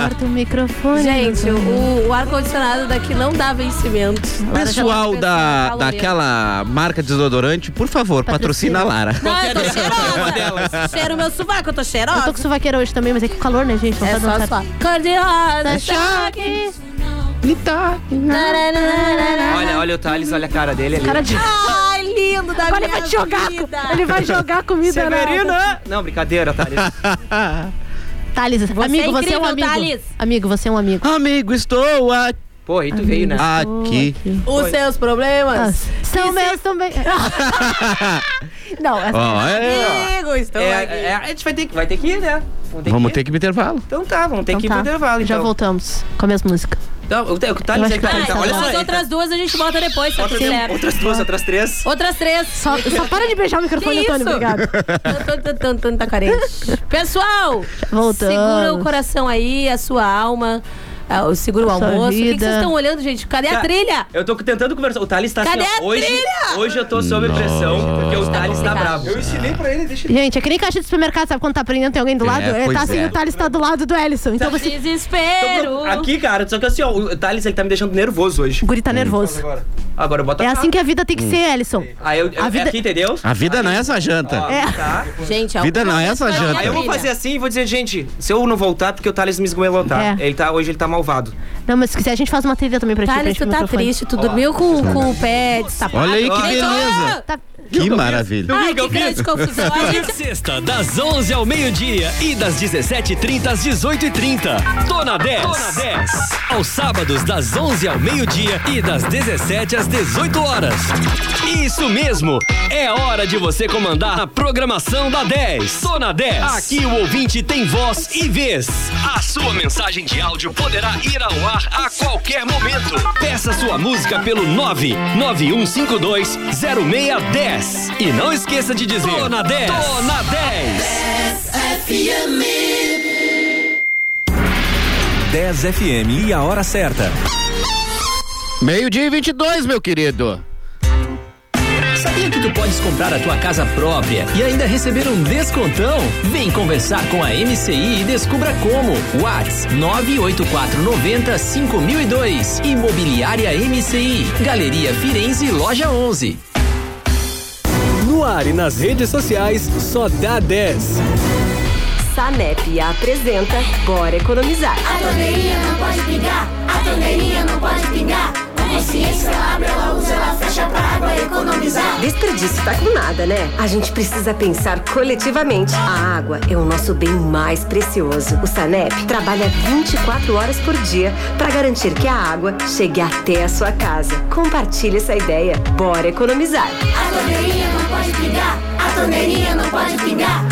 S8: Corta o microfone.
S4: Gente, o, o ar-condicionado daqui não dá vencimento.
S5: (laughs) Pessoal da,
S4: calorento.
S5: daquela marca de desodorante, por favor, patrocina, a Lara.
S4: Não, eu tô
S7: (laughs) uma delas.
S4: cheirosa. (laughs) Cheiro meu sovaco, eu tô
S8: Eu
S4: cheirosa.
S8: tô com suvaqueira hoje também, mas é que o calor, né, gente? Não
S4: É
S8: tá
S4: só
S8: dando
S4: só.
S8: certo.
S4: Cor de rosa,
S8: Tá
S4: choque.
S8: choque. Me toque.
S4: Tarararara.
S7: né? Olha, olha o Thales, olha a cara dele ali.
S8: Cara de...
S4: Ai, lindo da
S8: Agora ele
S4: minha
S8: vai te jogar.
S4: vida.
S8: com- Ele vai jogar comida. na-
S7: Severina! né? Não, brincadeira, Thales.
S8: (laughs) Thales, amigo, você é
S4: incrível,
S8: um amigo.
S4: Thales.
S8: Amigo, você é um amigo.
S5: Amigo, estou a-
S7: Pô, aí tu veio, né?
S5: aqui.
S4: Os seus
S8: Ah,
S4: problemas.
S8: São meus
S4: (laughs)
S8: também. não, essa...
S5: Ó, é, ó.
S4: Amigo, estou
S7: É,
S4: aqui.
S7: é, a gente vai ter, que- vai ter que ir, né?
S5: Vamos ter que ir pro intervalo.
S7: Então tá, vamos ter
S8: Então
S7: que ir
S8: tá.
S7: pro intervalo,
S8: Já
S7: então.
S8: voltamos com a mesma música.
S7: Então, o o Thales é que tá.
S4: Ah,
S7: tá- Olha
S4: então
S7: só.
S4: as
S7: ele tá-
S4: outras duas a gente bota depois, se você
S7: Outras,
S4: quiser.
S7: outras duas, outras três.
S4: Outras três.
S8: Só, só para de beijar o microfone,
S4: Que
S8: Antônio,
S4: isso?
S8: obrigado.
S4: Tan, tan, tan, tan, tá carente. Pessoal,
S8: Voltamos.
S4: segura o coração aí, a sua alma, ah, segura o
S8: Sua
S4: almoço. O que que
S8: vida.
S4: vocês estão olhando, gente? Cadê a
S7: Ca-
S4: trilha?
S7: Tá. Eu tô tentando conversar. O Thales tá
S4: Cadê
S7: assim, ó,
S4: a
S7: hoje,
S4: trilha?
S7: hoje eu tô sob pressão, porque o Thales tá
S4: complicado.
S7: bravo.
S10: Eu ensinei pra ele, deixa ele.
S8: Gente, é que nem caixa de supermercado, sabe quando tá aprendendo, tem alguém do
S11: É,
S8: lado? É,
S11: pois
S8: tá assim,
S11: é.
S8: o Thales tá do lado do Ellison. Então você.
S4: Desespero.
S7: Aqui, cara, só que assim, ó, o Thales ele tá me deixando nervoso hoje.
S8: O guri
S11: Hum.
S8: tá nervoso.
S7: Agora bota
S8: É assim que a vida tem que ser, Ellison.
S7: Aí eu,
S8: a
S7: é
S8: vida-
S7: aqui, entendeu?
S11: A vida não é essa janta.
S8: É.
S7: Tá.
S4: Gente, um
S11: Vida não é essa, janta.
S7: Aí eu vou fazer assim e vou dizer, gente, se eu não voltar, é porque o Thales me esgoelou, tá?
S8: É.
S7: Ele tá, hoje ele tá malvado.
S8: Não, mas se quiser, a gente faz uma trilha também pra ti. pra
S4: Thales,
S8: gente
S4: tu
S8: pro
S4: tá
S8: microfone.
S4: triste, tu dormiu com, com o pé destapado.
S11: Olha aí que
S4: Gente,
S11: beleza.
S8: Tá-
S11: Que maravilha.
S4: Ai, que grande confusão. A gente
S12: Sexta, das 11 ao meio-dia e das 17h30 às 18h30. Dona 10. Dona 10. Aos sábados, das 11 ao meio-dia e das 17 às 18 horas. Isso mesmo! É hora de você comandar a programação da 10. Dona 10. Aqui o ouvinte tem voz e vez. A sua mensagem de áudio poderá ir ao ar a qualquer momento. Peça sua música pelo 99152 0610. E não esqueça de dizer: Dona 10. Dona 10.
S6: É
S13: 10 FM e a hora certa.
S11: Meio-dia e 22, meu querido.
S12: Sabia que tu podes comprar a tua casa própria e ainda receber um descontão? Vem conversar com a MCI e descubra como. Whats 98490 5002. Imobiliária MCI. Galeria Firenze, Loja 11.
S13: No ar e nas redes sociais, só dá 10.
S14: Sanep apresenta Bora Economizar.
S6: A torneirinha não pode pingar, a torneirinha não pode pingar. Com consciência, ela abre, ela usa, ela fecha pra água economizar.
S14: Desperdício tá com nada, né? A gente precisa pensar coletivamente. A água é o nosso bem mais precioso. O Sanep trabalha 24 horas por dia para garantir que a água chegue até a sua casa. Compartilhe essa ideia. Bora economizar.
S6: A torneirinha não pode pingar, a torneirinha não pode pingar.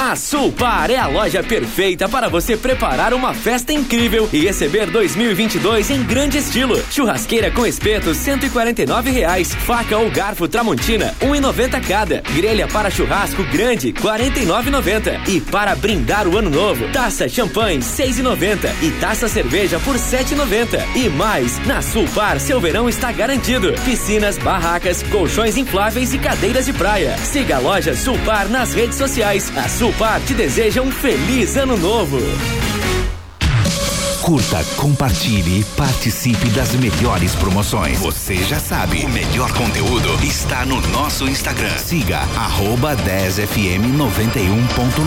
S13: A Sulpar é a loja perfeita para você preparar uma festa incrível e receber 2022 em grande estilo. Churrasqueira com espeto, R$ 149 reais. Faca ou garfo Tramontina, 1,90 cada. Grelha para churrasco grande, R$ 49,90. E para brindar o ano novo, taça champanhe, R$ 6,90. E taça cerveja por R$ 7,90. E mais, na Sulpar, seu verão está garantido. Piscinas, barracas, colchões infláveis e cadeiras de praia. Siga a loja Sulpar nas redes sociais. A Sulpar te deseja um feliz ano novo.
S1: Curta, compartilhe e participe das melhores promoções. Você já sabe, o melhor conteúdo está no nosso Instagram. Siga arroba 10fm91.9.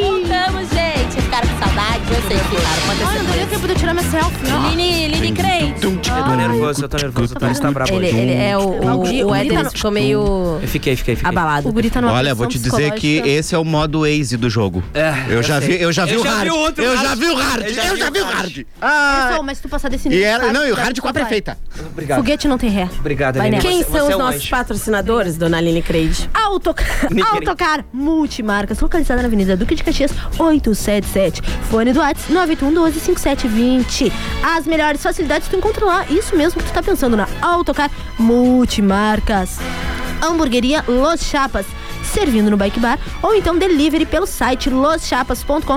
S4: voltamos, gente. Vocês Ficaram com saudade, vocês ficaram. Quantas
S8: Olha, não deu tempo de eu tirar minha selfie. ó.
S4: Lini, Lini Crente.
S7: Eu tô nervoso, eu tô nervoso. O Thales tá bravo
S4: Ele,
S7: hoje.
S4: ele é o. O, o, Éder ficou meio
S7: Eu fiquei, fiquei, fiquei.
S4: abalado.
S8: O guri tá numa
S11: Olha,
S8: pressão
S11: vou te dizer que
S8: psicológica.
S11: esse é o modo Waze do jogo.
S7: É,
S11: Eu já
S7: sei.
S11: vi, eu já vi
S7: Eu
S11: o
S7: já vi
S11: hard.
S7: o outro (laughs)
S11: Eu já
S7: hard.
S11: vi o hard.
S7: Eu já
S11: Eu
S7: vi
S11: já
S7: o
S11: vi o
S7: hard.
S11: hard. Ah,
S8: Pessoal, mas se tu passar desse
S11: e
S8: nível,
S11: era,
S8: sabe?
S11: não, e o
S8: Vai,
S11: hard com a
S8: vai.
S11: prefeita.
S7: Obrigado.
S8: Foguete não tem ré.
S7: Obrigado,
S8: Vai
S7: Aline.
S8: nela.
S4: Quem
S7: Você- você
S4: são os
S7: é um
S4: nossos
S7: anjo.
S4: patrocinadores, dona Aline Creide?
S8: Autocar,
S7: Ninguém.
S8: Autocar Multimarcas, localizada na Avenida Duque de Caxias, 877. Fone do Whats 981125720. As melhores facilidades tu encontra lá. Isso mesmo que tu tá pensando na Autocar Multimarcas. Hamburgueria Los Chapas. Servindo no Bike Bar ou então delivery pelo site loschapas.com.br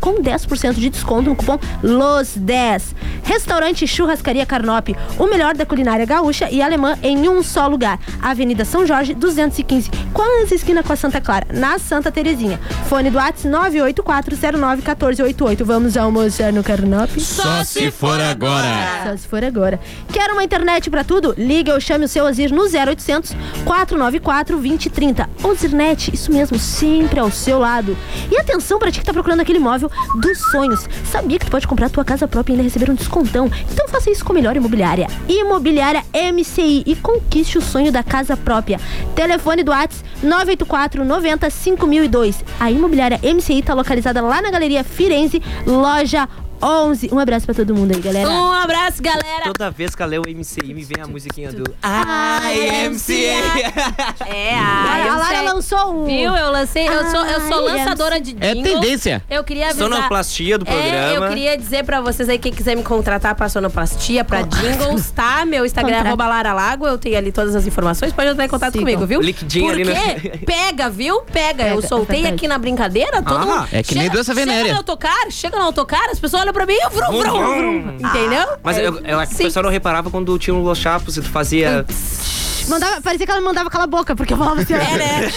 S8: com 10% de desconto no cupom LOS10. Restaurante Churrascaria Carnop, o melhor da culinária gaúcha e alemã em um só lugar. Avenida São Jorge, 215, quase esquina com a Santa Clara, na Santa Terezinha. Fone do Whats 984091488. Vamos almoçar no Carnop?
S11: Só se for agora.
S8: Só se for agora. Quer uma internet pra tudo? Liga ou chame o seu Ozir no 0800 494 2030. Ozirnet, isso mesmo, sempre ao seu lado. E atenção pra ti que tá procurando aquele imóvel dos sonhos. Sabia que tu pode comprar tua casa própria e ainda receber um descontão? Então faça isso com a melhor imobiliária. Imobiliária MCI e conquiste o sonho da casa própria. Telefone do Whats 984 90 5002. A imobiliária MCI tá localizada lá na Galeria Firenze, loja 11. Um abraço pra todo mundo aí, galera.
S4: Um abraço, galera.
S7: Toda vez que eu leio o MCM, vem a musiquinha do
S8: Ah.
S4: é. IMCA. É,
S8: Cara,
S4: a
S8: a Lara lançou um.
S4: Viu? Eu lancei, eu sou, eu sou
S8: Ai,
S4: lançadora de
S7: É
S4: jingle.
S7: tendência.
S4: Eu queria avisar.
S7: Sonoplastia do
S4: É, eu
S7: programa.
S4: queria dizer pra vocês aí, quem quiser me contratar pra sonoplastia, pra jingles, tá? Meu Instagram é
S7: Contrata.
S4: arroba Lara Lago, eu tenho ali todas as informações, pode entrar em contato comigo, viu?
S7: Liquidinho
S4: Porque
S7: ali no-
S4: pega, viu? Pega. eu
S7: Pega,
S4: soltei
S7: verdade.
S4: aqui na brincadeira, todo
S7: Ah,
S4: mundo...
S7: é que nem doença
S4: Chega
S7: venérea.
S4: no autocar, chega no autocar, as pessoas olham pra mim e vrum,
S7: Vrum,
S4: vrum,
S7: vrum.
S4: vrum. Entendeu? É
S7: Mas eu, eu, a pessoa não reparava quando tinha um Los Chapos e tu fazia.
S8: Mandava, parecia que ela me mandava calar a boca, porque eu falava assim, ó.
S4: É, né?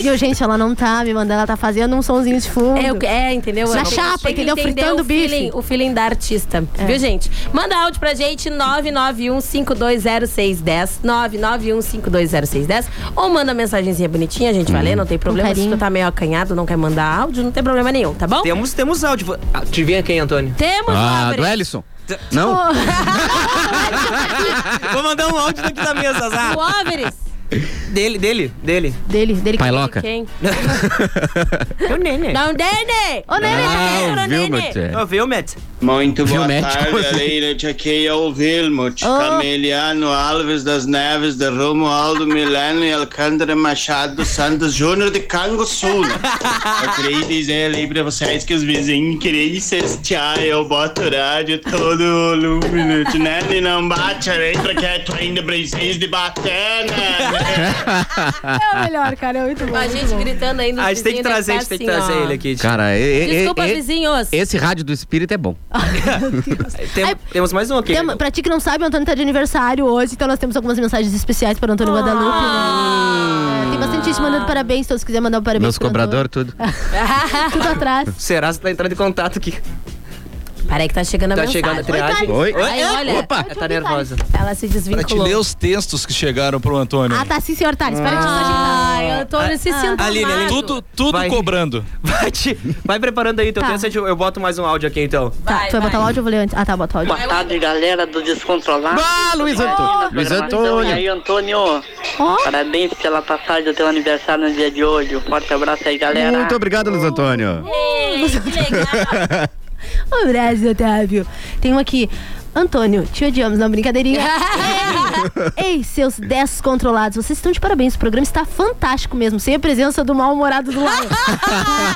S8: E eu, gente, ela não tá me mandando, ela tá fazendo um sonzinho de fundo.
S4: É, é, entendeu?
S8: Na
S4: Eu tenho-
S8: chapa,
S4: tenho que
S8: entendeu?
S4: entender
S8: Fritando
S4: o
S8: bife.
S4: feeling- o feeling da artista,
S8: É.
S4: viu, gente? Manda áudio pra gente, 991-520610, 991-520610, ou manda mensagenzinha bonitinha, a gente vai ler, não tem problema. Se tu tá meio acanhado, não quer mandar áudio, não tem problema nenhum, tá bom?
S7: Temos, temos áudio. Ah, Te vem quem, Antônio?
S4: Temos
S5: Ah,
S4: Álvares.
S5: do
S9: é
S5: Ellison. Não?
S7: (laughs) Vou mandar um áudio daqui da mesa, Zá.
S4: O Álvares.
S7: Dele, dele, dele.
S8: Dele, dele.
S5: Pailoca.
S7: (laughs)
S4: Quem?
S7: É o Nene.
S4: Não, Nene! Ô, Nene,
S7: Ah,
S4: tá vendo, Nene?
S7: Ó,
S8: (laughs)
S7: Vilmet.
S15: Muito boa
S7: Vilmete, como
S15: tarde,
S7: assim?
S15: Aline. Aqui é o Vilmut,
S7: Oh.
S15: Cameliano Alves das Neves, de Romualdo Milano e Alcântara Machado Santos Júnior de Canguçu. né? Eu queria dizer ali pra vocês que os vizinhos queriam incestar, eu boto o rádio todo volume, né? E não bate, entra que é tu ainda precisa de bater, né?
S8: É o melhor, cara, é muito bom.
S4: A gente gritando aí é no
S7: A gente tem que trazer, a gente tem
S4: assim,
S7: que trazer
S8: assim,
S7: ele aqui.
S5: Cara, e- e-
S4: Desculpa,
S5: e-
S4: vizinhos.
S5: Esse rádio do espírito é
S8: (laughs)
S5: bom.
S7: Tem- temos mais um aqui.
S8: Tem, pra ti que não sabe, o Antônio tá de aniversário hoje, então nós temos algumas mensagens especiais para o
S4: Ah.
S8: Antônio Guadalupe. né? É, Tem bastante gente mandando parabéns, se todos quiserem mandar um parabéns.
S5: Meus
S8: pro
S5: cobrador,
S4: (laughs)
S5: tudo.
S8: Antônio. (laughs) Tudo atrás.
S7: Será que tá entrando em contato aqui?
S4: Peraí que tá chegando a
S7: Tá
S4: mensagem.
S7: chegando a triagem.
S9: Oi, Thaís.
S4: Aí, olha,
S9: Opa.
S7: Tá nervosa.
S4: ela se
S9: Pra te
S4: desvinculou.
S9: ler os textos que chegaram pro Antônio.
S8: Ah, tá sim, senhor Thales. Para de
S4: Ai, eu tô nesse sintoma.
S9: Tudo, tudo
S7: Vai.
S9: cobrando.
S7: (laughs) Vai, te- vai preparando aí teu
S8: Tá.
S7: texto, eu, eu boto mais um áudio aqui então.
S8: Tá, tu vai, botar o áudio, eu vou ler antes. Ah, tá, bota o áudio.
S16: Boa tarde, galera do Descontrolado.
S8: Ah, Luiz
S5: Antônio. Luiz Antônio.
S15: é.
S16: E aí, Antônio. Parabéns pela passagem do teu aniversário no dia de hoje. Um forte abraço aí, galera.
S5: Muito obrigado, Luiz Antônio.
S8: Um abraço, Otávio. Tem um aqui. Antônio, te odiamos,
S5: (laughs)
S8: não, brincadeirinha. Ei, seus descontrolados, vocês estão de parabéns. O programa está fantástico mesmo, sem a presença do mal-humorado
S5: (laughs)
S8: do lado.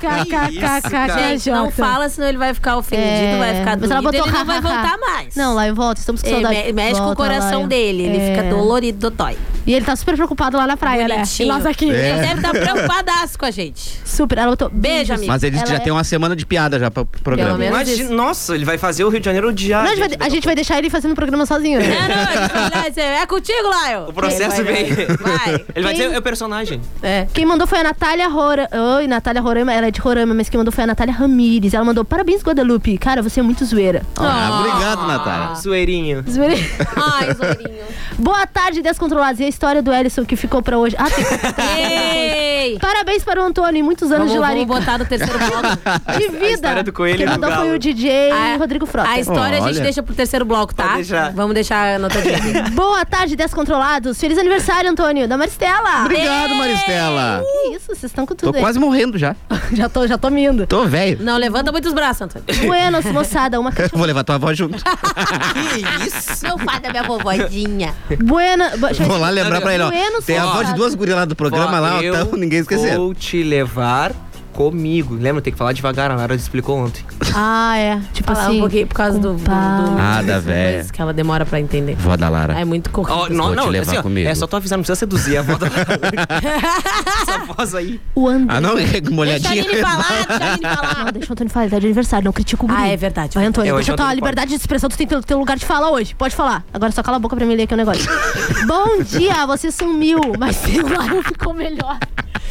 S8: Tá,
S4: Gente, não fala, senão ele vai ficar ofendido, vai ficar
S8: é Mas
S4: doido.
S8: ela botou
S4: ele não vai
S8: hahaha.
S4: voltar mais.
S8: Não, lá eu volto, estamos com
S4: É,
S8: saudade.
S4: me- mexe com o
S8: Volta,
S4: coração
S8: Lion.
S4: dele, ele
S8: É.
S4: fica dolorido, dodói.
S8: E ele tá super preocupado lá na praia,
S4: Bonitinho.
S8: né? E nós aqui.
S5: É. Ele deve
S4: Tá preocupadaço com a gente.
S8: Super, ela botou. é. Beijo,
S5: (laughs)
S8: amigo.
S5: Mas ele já tem uma semana de piada já pro pro programa.
S7: Imagina- nossa, ele vai fazer o Rio de Janeiro odiar.
S8: Não, a gente vai,
S5: né,
S8: a gente vai deixar ele fazendo o programa sozinho. né? (laughs)
S4: É contigo, Laio.
S7: O processo
S8: Vai, vai,
S7: vem. (laughs) Ele vai
S8: Quem-
S7: dizer, é o personagem.
S8: É. Quem mandou foi a Natália Rora... Oi, Natália Roraima. Ela é de Roraima, mas quem mandou foi a Natália Ramires. Ela mandou parabéns, Guadalupe. Cara, você é muito zoeira.
S5: Ah, obrigado, Natália.
S7: Zoeirinho.
S8: Zoeira.
S4: (laughs)
S8: Boa tarde, Descontrolados. E a história do Ellison que ficou pra hoje? Ah, tem... Parabéns para o Antônio. e Muitos anos
S4: Vamos-
S8: de
S4: vamos
S8: larica.
S4: botar
S8: (laughs)
S4: no terceiro bloco.
S8: De vida.
S7: A história do coelho
S8: Quem
S7: e do
S8: mandou
S7: galo.
S8: foi o DJ Rodrigo Frota.
S4: A história a gente deixa pro terceiro bloco, tá? Vamos deixar anotadinho.
S8: (laughs) Boa tarde, Descontrolados. Feliz aniversário, Antônio, da Maristela.
S5: Obrigado, Maristela.
S8: Que isso, vocês estão com tudo
S5: Tô
S8: aí.
S5: quase morrendo já.
S8: É, (laughs) já tô, já tô me indo.
S5: Tô velho.
S4: Não, levanta muito os
S8: (laughs)
S4: braços, Antônio.
S8: Buenos, moçada, é uma
S5: Vou levar tua avó junto.
S4: Que isso? Não fada minha vovozinha.
S8: Buena. bo-
S5: Vou lá lembrar pra ele, ó.
S8: Buenos
S5: Tem a avó de
S8: moçada.
S5: duas gurias lá do programa
S7: Ó,
S5: lá, ó.
S7: eu
S5: Então (laughs) ninguém esqueceu.
S7: Vou te levar comigo. Lembra, tem que falar devagar, a Lara explicou ontem.
S8: Ah, é. Tipo
S4: Falar
S8: assim.
S4: um pouquinho por causa do. do, do
S5: Nada, velho.
S4: Que ela demora pra entender.
S5: Vó da Lara.
S4: Ah, É muito corrido.
S7: Ó, não,
S5: Vou te
S7: não,
S5: levar
S7: assim, ó,
S5: comigo.
S7: é só tu avisar, não precisa seduzir a voz da
S8: (laughs)
S7: Essa voz aí.
S8: O André.
S5: Ah, não? É uma olhadinha. (laughs)
S8: Não, deixa o Antônio falar, ele tá de aniversário, não critica o guri. Ah, é
S4: verdade.
S8: Vai, Antônio,
S5: É, hoje
S8: deixa eu
S5: o Antônio
S8: falar, liberdade de expressão, tu tem teu, teu lugar de falar hoje. Pode falar. Agora só cala a boca pra mim ler aqui o
S4: (laughs)
S8: negócio. Bom dia, você sumiu, mas um seu não ficou melhor.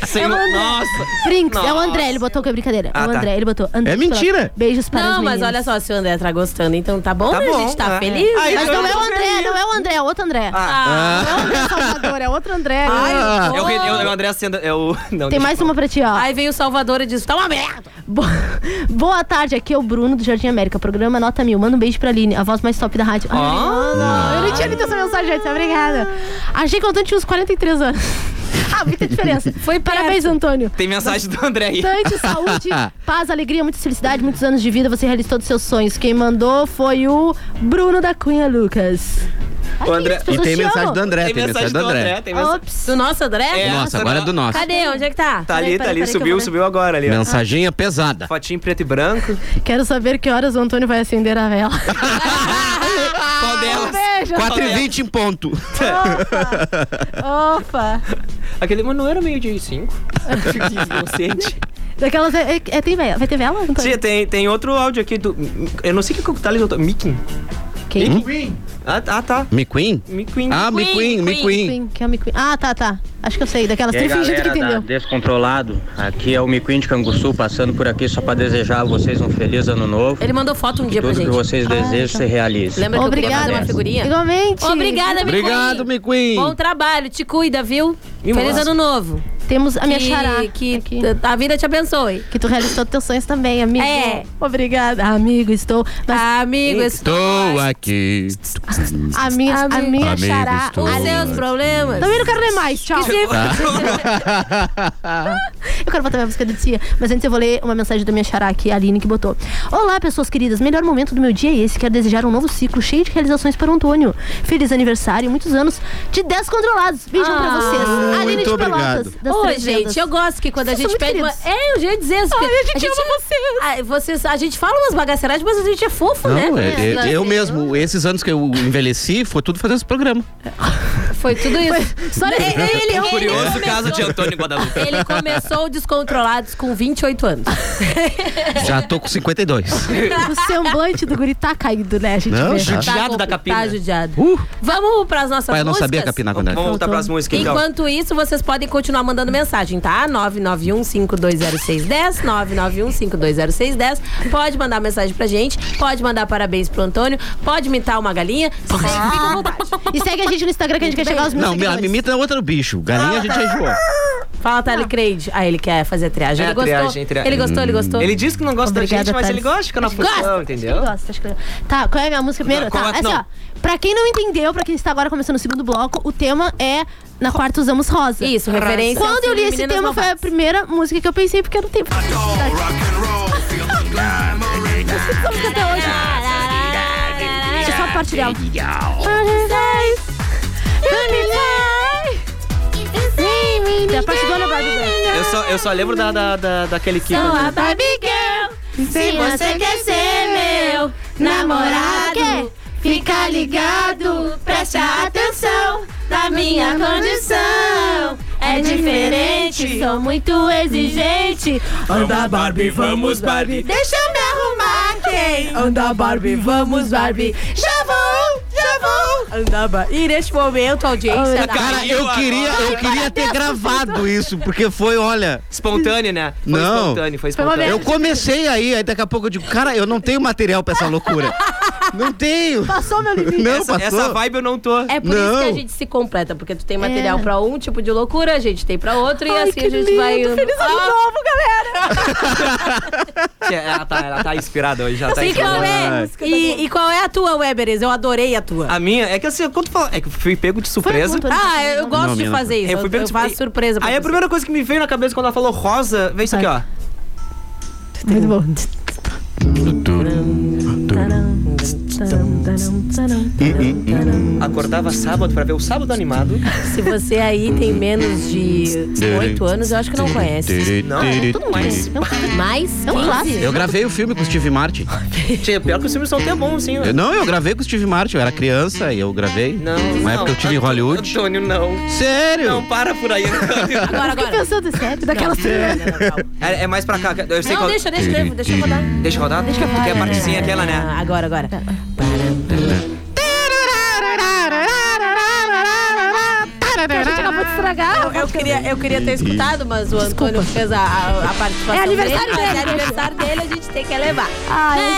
S7: Sem... Nossa!
S8: Brinks, é o André, ele botou que é brincadeira.
S4: Ah,
S8: é o
S4: tá.
S8: André, ele botou. André,
S4: É mentira.
S8: Beijos para os
S4: Não, mas
S8: meninos.
S4: olha só, se o André tá gostando, então tá bom,
S8: Tá
S4: né?
S8: bom,
S4: a gente tá
S8: é.
S4: feliz.
S8: Aí, Mas não é o André, não é o André, é outro André.
S7: Ah.
S8: Não é o André Salvador, é outro André.
S7: Ah, é, o, é o- é o André sendo. É o. Não,
S8: Tem
S7: deixa
S8: mais
S7: eu
S8: uma pra ti, ó.
S4: Aí veio o Salvador e disse: tá uma merda.
S8: Bo- Boa tarde, aqui é o Bruno do Jardim América, programa Nota Mil. Manda um beijo pra Aline, a voz mais top da rádio. Ai,
S7: Ah.
S8: Aline, eu não tinha lido essa mensagem antes, obrigada. Achei que o Antônio tinha uns 43 anos. (laughs) Ah, muita diferença. Foi Parabéns, Antônio.
S7: Tem mensagem do André aí.
S8: Bastante
S5: (laughs)
S9: (laughs)
S8: saúde, paz, alegria, muita felicidade, muitos anos de vida. Você realizou todos os seus sonhos. Quem mandou foi o Bruno da Cunha Lucas.
S5: O
S7: É.
S5: André-
S8: As pessoas
S5: E tem
S8: te
S5: mensagem
S8: amam.
S5: do André, tem Tem mensagem mensagem do do André. André, tem mensagem-
S4: Ops. Do nosso André?
S5: É, Do nosso, agora é do nosso.
S4: Cadê? Onde é que tá?
S7: Tá ali, tá ali, subiu, subiu agora ali. ó.
S5: Mensaginha pesada.
S7: Fotinho preto e branco.
S8: Quero saber que horas o Antônio vai acender a
S4: (laughs)
S8: vela. Ah,
S7: Qual delas?
S8: beijo.
S5: 4h20 em ponto. (laughs)
S8: Opa!
S7: Aquele, mas não era meio dia e cinco. Inocente.
S8: (laughs) Daquelas. É, é- é- tem vela. Vai ter vela, Antônio?
S7: Tia, tem, tem outro áudio aqui do. Eu não sei o que o Thales botou. Mikin?
S8: Quem?
S7: Mikin? Ah, ah, tá.
S5: McQueen?
S7: McQueen.
S5: Ah, McQueen, McQueen.
S8: Que é o McQueen. Ah, tá, tá. Acho que eu sei. Daquelas
S17: E aí,
S8: tem fingido que
S17: galera da
S8: entendeu.
S17: Descontrolado, aqui é o Miquim de Canguçu, passando por aqui só pra desejar a vocês um feliz ano novo.
S4: Ele mandou foto um dia pra
S17: Tudo
S4: gente. então.
S17: que vocês desejam se realize.
S4: Lembra que eu queria fazer uma
S17: Agradece.
S4: figurinha?
S8: Igualmente.
S4: Obrigada, Miquim.
S5: Obrigado, Miquim.
S4: Bom trabalho, te cuida, viu?
S8: E
S4: Feliz
S8: mostra.
S4: ano novo.
S8: Temos a minha
S4: que,
S8: xará
S4: Que t- a vida te abençoe.
S8: Que tu realizou todos teus sonhos também, amigo.
S4: É.
S8: Obrigada. Amigo, estou.
S4: Amigo,
S5: Estou aqui.
S8: A minha, a minha
S5: Amigo,
S8: xará.
S5: estou
S8: a-
S5: Os seus
S4: problemas.
S8: Também não quero ler mais. Tchau.
S4: Que se-
S5: Tá.
S8: (laughs) Eu quero botar minha música do dia, mas antes eu vou ler uma mensagem da minha xará aqui, a Aline, que botou. Olá, pessoas queridas. Melhor momento do meu dia é esse. Quero desejar um novo ciclo cheio de realizações para o Antônio. Feliz aniversário, muitos anos de descontrolados. Beijão pra vocês.
S4: Ah.
S8: Aline de Pelotas. das
S4: Ô,
S8: Três Vendas.
S4: gente, eu gosto que quando a
S8: Vocês são
S4: gente
S8: muito
S4: pede uma...
S8: queridos.
S4: É, eu já ia dizer isso.
S8: Ai,
S4: que
S8: a gente ama
S4: vocês. A, vocês. a gente fala umas bagaceragens, mas a gente é fofo, (laughs) né?
S5: Não, é- é- eu mesmo, esses anos que eu envelheci, foi tudo fazer esse programa.
S4: Foi tudo isso.
S8: Só
S4: ele, ele,
S7: o
S4: ele,
S7: curioso caso de Antônio Guadalupe.
S4: ele começou o Descontrolados com 28 anos.
S5: Já tô com 52.
S8: O semblante do guri tá caído, né? A gente
S5: Não,
S8: vê.
S5: judiado
S4: compl-
S5: da capina.
S4: Tá judiado. Vamos pras nossas
S5: Pai, eu não
S4: músicas?
S5: sabia capinar
S8: Né?
S5: quando era.
S7: Vamos voltar pras músicas, então.
S4: Enquanto isso, vocês podem continuar mandando mensagem, tá? 991-520610, 991-520610. Pode mandar mensagem pra gente, pode mandar parabéns pro Antônio, pode imitar uma galinha. Fica à vontade.
S8: E segue a gente no Instagram que a gente quer chegar aos mil
S5: Não, me-
S8: seguidores.
S5: a mimita é outra bicho. Galinha a gente é já enjoou.
S4: Fala, Tali Creide. Ah, ele quer fazer a triagem.
S7: É,
S4: ele
S7: a
S4: gostou.
S7: triagem, triagem. Hum.
S4: Ele gostou, ele gostou.
S7: Ele disse que não gosta
S8: Obrigada,
S7: da gente, mas
S8: Thales.
S7: ele gosta de ficar na
S8: Acho que gosta,
S7: função,
S8: acho que
S7: entendeu?
S8: ele gosta, acho que ele gosta. Tá, qual é a minha música primeiro?
S7: Não, qual
S8: tá,
S7: é-
S8: assim,
S7: não.
S8: ó. Pra quem não entendeu, pra quem está agora começando o segundo bloco, o tema é Na Quarta Usamos Rosa.
S4: Isso, referência ao
S8: Quando eu li
S4: filme
S8: esse
S4: Meninas
S8: tema, foi a
S4: Malvadas.
S8: primeira música que eu pensei, porque eu não tenho. Essa música até hoje. Deixa eu só partilhar. É a parte do Ana Barbie Girl.
S7: Eu só, eu só lembro da, da, da- daquele que.
S8: Sou a Barbie Girl. Se você quer ser meu namorado, fica ligado, presta atenção na minha condição. É diferente, sou muito exigente.
S6: Anda Barbie, vamos Barbie.
S8: Deixa eu me arrumar, quem? Anda Barbie, vamos Barbie. Já vou, já vou.
S4: Andava. E neste momento, a audiência. da-
S5: Cara, eu queria, eu queria ter gravado isso, porque foi, olha.
S7: Espontâneo, né? Foi
S5: Não.
S7: espontâneo, foi espontâneo.
S5: Eu comecei aí, aí daqui a pouco eu digo, cara, eu não tenho material pra essa
S4: (laughs)
S5: loucura.
S4: Ah,
S5: Não tenho.
S8: Passou meu limite.
S5: Não,
S7: essa,
S5: passou.
S7: essa vibe eu não tô.
S4: É por isso que a
S5: Não.
S4: gente se completa, porque
S8: É.
S4: tu tem material pra um tipo de loucura, a gente tem pra outro, e assim a gente vai. indo.
S8: Feliz ano
S4: Ah,
S8: novo, galera.
S7: Tia, Ela tá, ela tá inspirada hoje, já tá
S4: E qual,
S7: inspirada.
S4: é, e, e qual é a tua, Weberes? Eu adorei a tua.
S7: A minha, é que assim, quando fala. É que eu fui pego de surpresa.
S4: Ah, eu gosto de fazer isso.
S7: É, Eu fui
S4: Eu,
S7: pego de
S4: faço surpresa pra
S7: Aí a
S4: você.
S7: primeira coisa que me veio na cabeça quando ela falou rosa, veio isso aqui, ó.
S8: Muito bom.
S7: Acordava sábado pra ver o sábado animado.
S4: Se você aí tem menos de 8 anos, eu acho que não conhece.
S5: Não, é tudo
S7: mais.
S4: Mas,
S8: É um clássico.
S5: Eu gravei o filme com o Steve Martin.
S7: Tia, pior que os filmes são
S5: É
S7: até bons, assim, né?
S5: Eu- não, eu gravei com o Steve Martin, eu era criança e eu gravei. Não, Uma época eu tive em Hollywood.
S7: Antônio, não.
S5: Sério?
S7: Não, para por aí, Antônio.
S5: (laughs)
S4: Agora,
S8: Fiquei
S4: agora.
S8: pensando, sério, daquela
S7: É, é mais pra cá. Eu sei
S4: Não,
S7: qual...
S4: deixa, deixa, deixa, deixa eu rodar.
S7: Deixa eu rodar. Deixa eu Porque é a partezinha aquela, né?
S4: Ah, Agora, agora.
S8: A gente acabou de estragar.
S4: Eu queria, eu queria ter escutado, mas o Antônio fez a, a, a participação
S8: É aniversário
S4: dele. mas
S8: dele.
S4: É aniversário dele, a gente tem que elevar. um
S8: Ai, a gente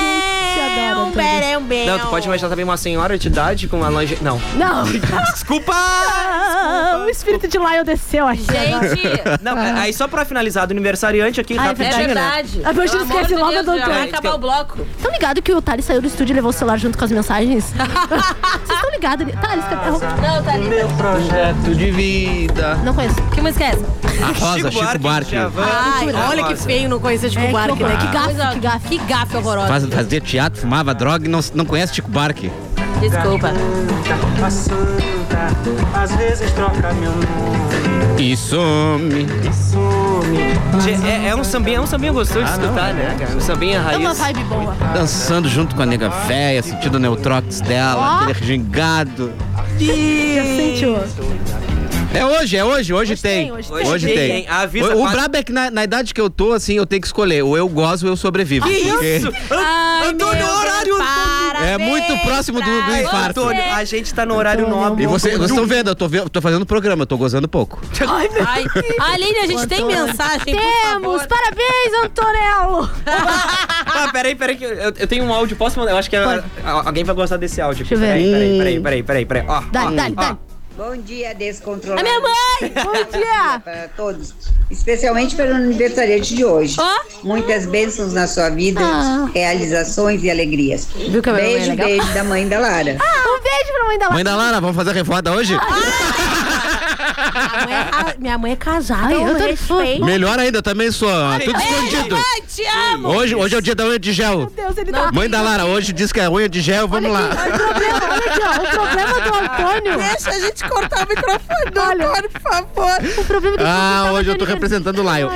S8: adora,
S4: Bem,
S8: Antônio.
S6: é
S4: bem, bem.
S7: Não, tu
S4: (laughs)
S7: pode imaginar também uma senhora de idade com uma longe... Não.
S6: um-
S8: Não.
S7: Desculpa!
S8: Ah, o espírito de Lyle desceu aqui.
S4: Gente,
S7: (laughs) Não, é, aí só pra finalizar do aniversariante aqui,
S8: Ai,
S4: é
S7: rapidinho, né?
S4: verdade.
S8: A Virgínia
S4: Pelo amor
S8: esquece
S4: de
S8: logo
S4: Deus,
S8: do
S4: já Vai
S7: Antônio.
S4: acabar o bloco.
S8: Estão ligado que o Thales saiu do estúdio e levou o celular junto com as mensagens? Vocês estão ligados? Thales, cadê?
S4: Não, tá ali.
S5: Projeto de vida.
S8: Não conheço.
S4: Que música é essa?
S5: A Ah, Rosa, Chico Buarque.
S4: Ai, olha que feio não conhecer
S8: É,
S4: Chico Buarque, né? Que
S5: horror.
S4: gafe, que gafe. Que gafe horrorosa.
S5: Faz- Fazia teatro, fumava droga e não, não conhece Chico Buarque.
S4: Desculpa.
S5: Tá
S18: A santa, às vezes troca meu nome.
S5: E some.
S7: Gente, É, é um sambinha, é um sambinha gostoso de
S5: Ah, não,
S7: escutar,
S5: é.
S7: né, cara? Um sambinha
S8: É uma
S7: raiz.
S8: vibe boa.
S5: Dançando junto com a nega véia, sentindo o neutrox dela,
S8: Ó.
S5: aquele gingado.
S8: Já sentiu.
S5: É hoje, é hoje, hoje, tem.
S8: hoje
S5: Hoje,
S8: tem.
S5: tem.
S8: Hoje tem, avisa
S5: o o
S8: pra-
S5: brabo é que na, na idade que eu tô, assim, eu tenho que escolher. Ou eu gosto ou eu sobrevivo.
S7: Que
S5: Porque-
S7: isso? Ai, Antônio, horário Antônio.
S5: É muito próximo do, do infarto.
S7: Antônio, a gente tá no horário nobre.
S5: E você- vocês estão vendo, eu tô, ve- tô fazendo programa, eu tô gozando pouco.
S7: Ai, meu
S8: (laughs)
S4: Ai, Aline, a gente tem
S8: né?
S4: mensagem, por
S8: Temos! Parabéns,
S4: (laughs)
S8: Antonello!
S7: Ah, peraí, peraí, que eu, eu tenho um áudio, posso mandar? Eu acho que a- a- alguém vai gostar desse áudio.
S8: Deixa eu ver.
S7: Peraí, peraí, peraí, peraí, peraí, peraí. Ó, ó, ó.
S19: Bom dia, descontrolado.
S4: A minha
S19: (laughs)
S4: mãe! Bom
S19: dia! Para todos. Especialmente pelo aniversariante de hoje. Muitas bênçãos na sua vida, realizações e alegrias.
S4: Ah. Viu que a minha mãe é
S19: beijo,
S4: legal? Ah,
S19: beijo da mãe da Lara.
S8: Um beijo pra mãe da
S5: Mãe da Lara, vamos fazer a revoada hoje?
S4: A mãe- a- minha mãe é casada,
S8: Ai,
S4: eu
S8: eu tô
S4: respeito.
S5: Melhor ainda, eu também sou. ó, Tudo escondido.
S4: Ai, te amo!
S5: Hoje, hoje é o dia da unha de gel.
S8: Deus, ele tá...
S5: Mãe da Lara, hoje diz que é unha de gel, vamos lá.
S8: Olha aqui, ó, o problema do Antônio...
S4: Deixa a gente cortar o microfone do Antônio, por favor.
S8: O problema é que
S5: Ah, hoje eu tô representando o Lion.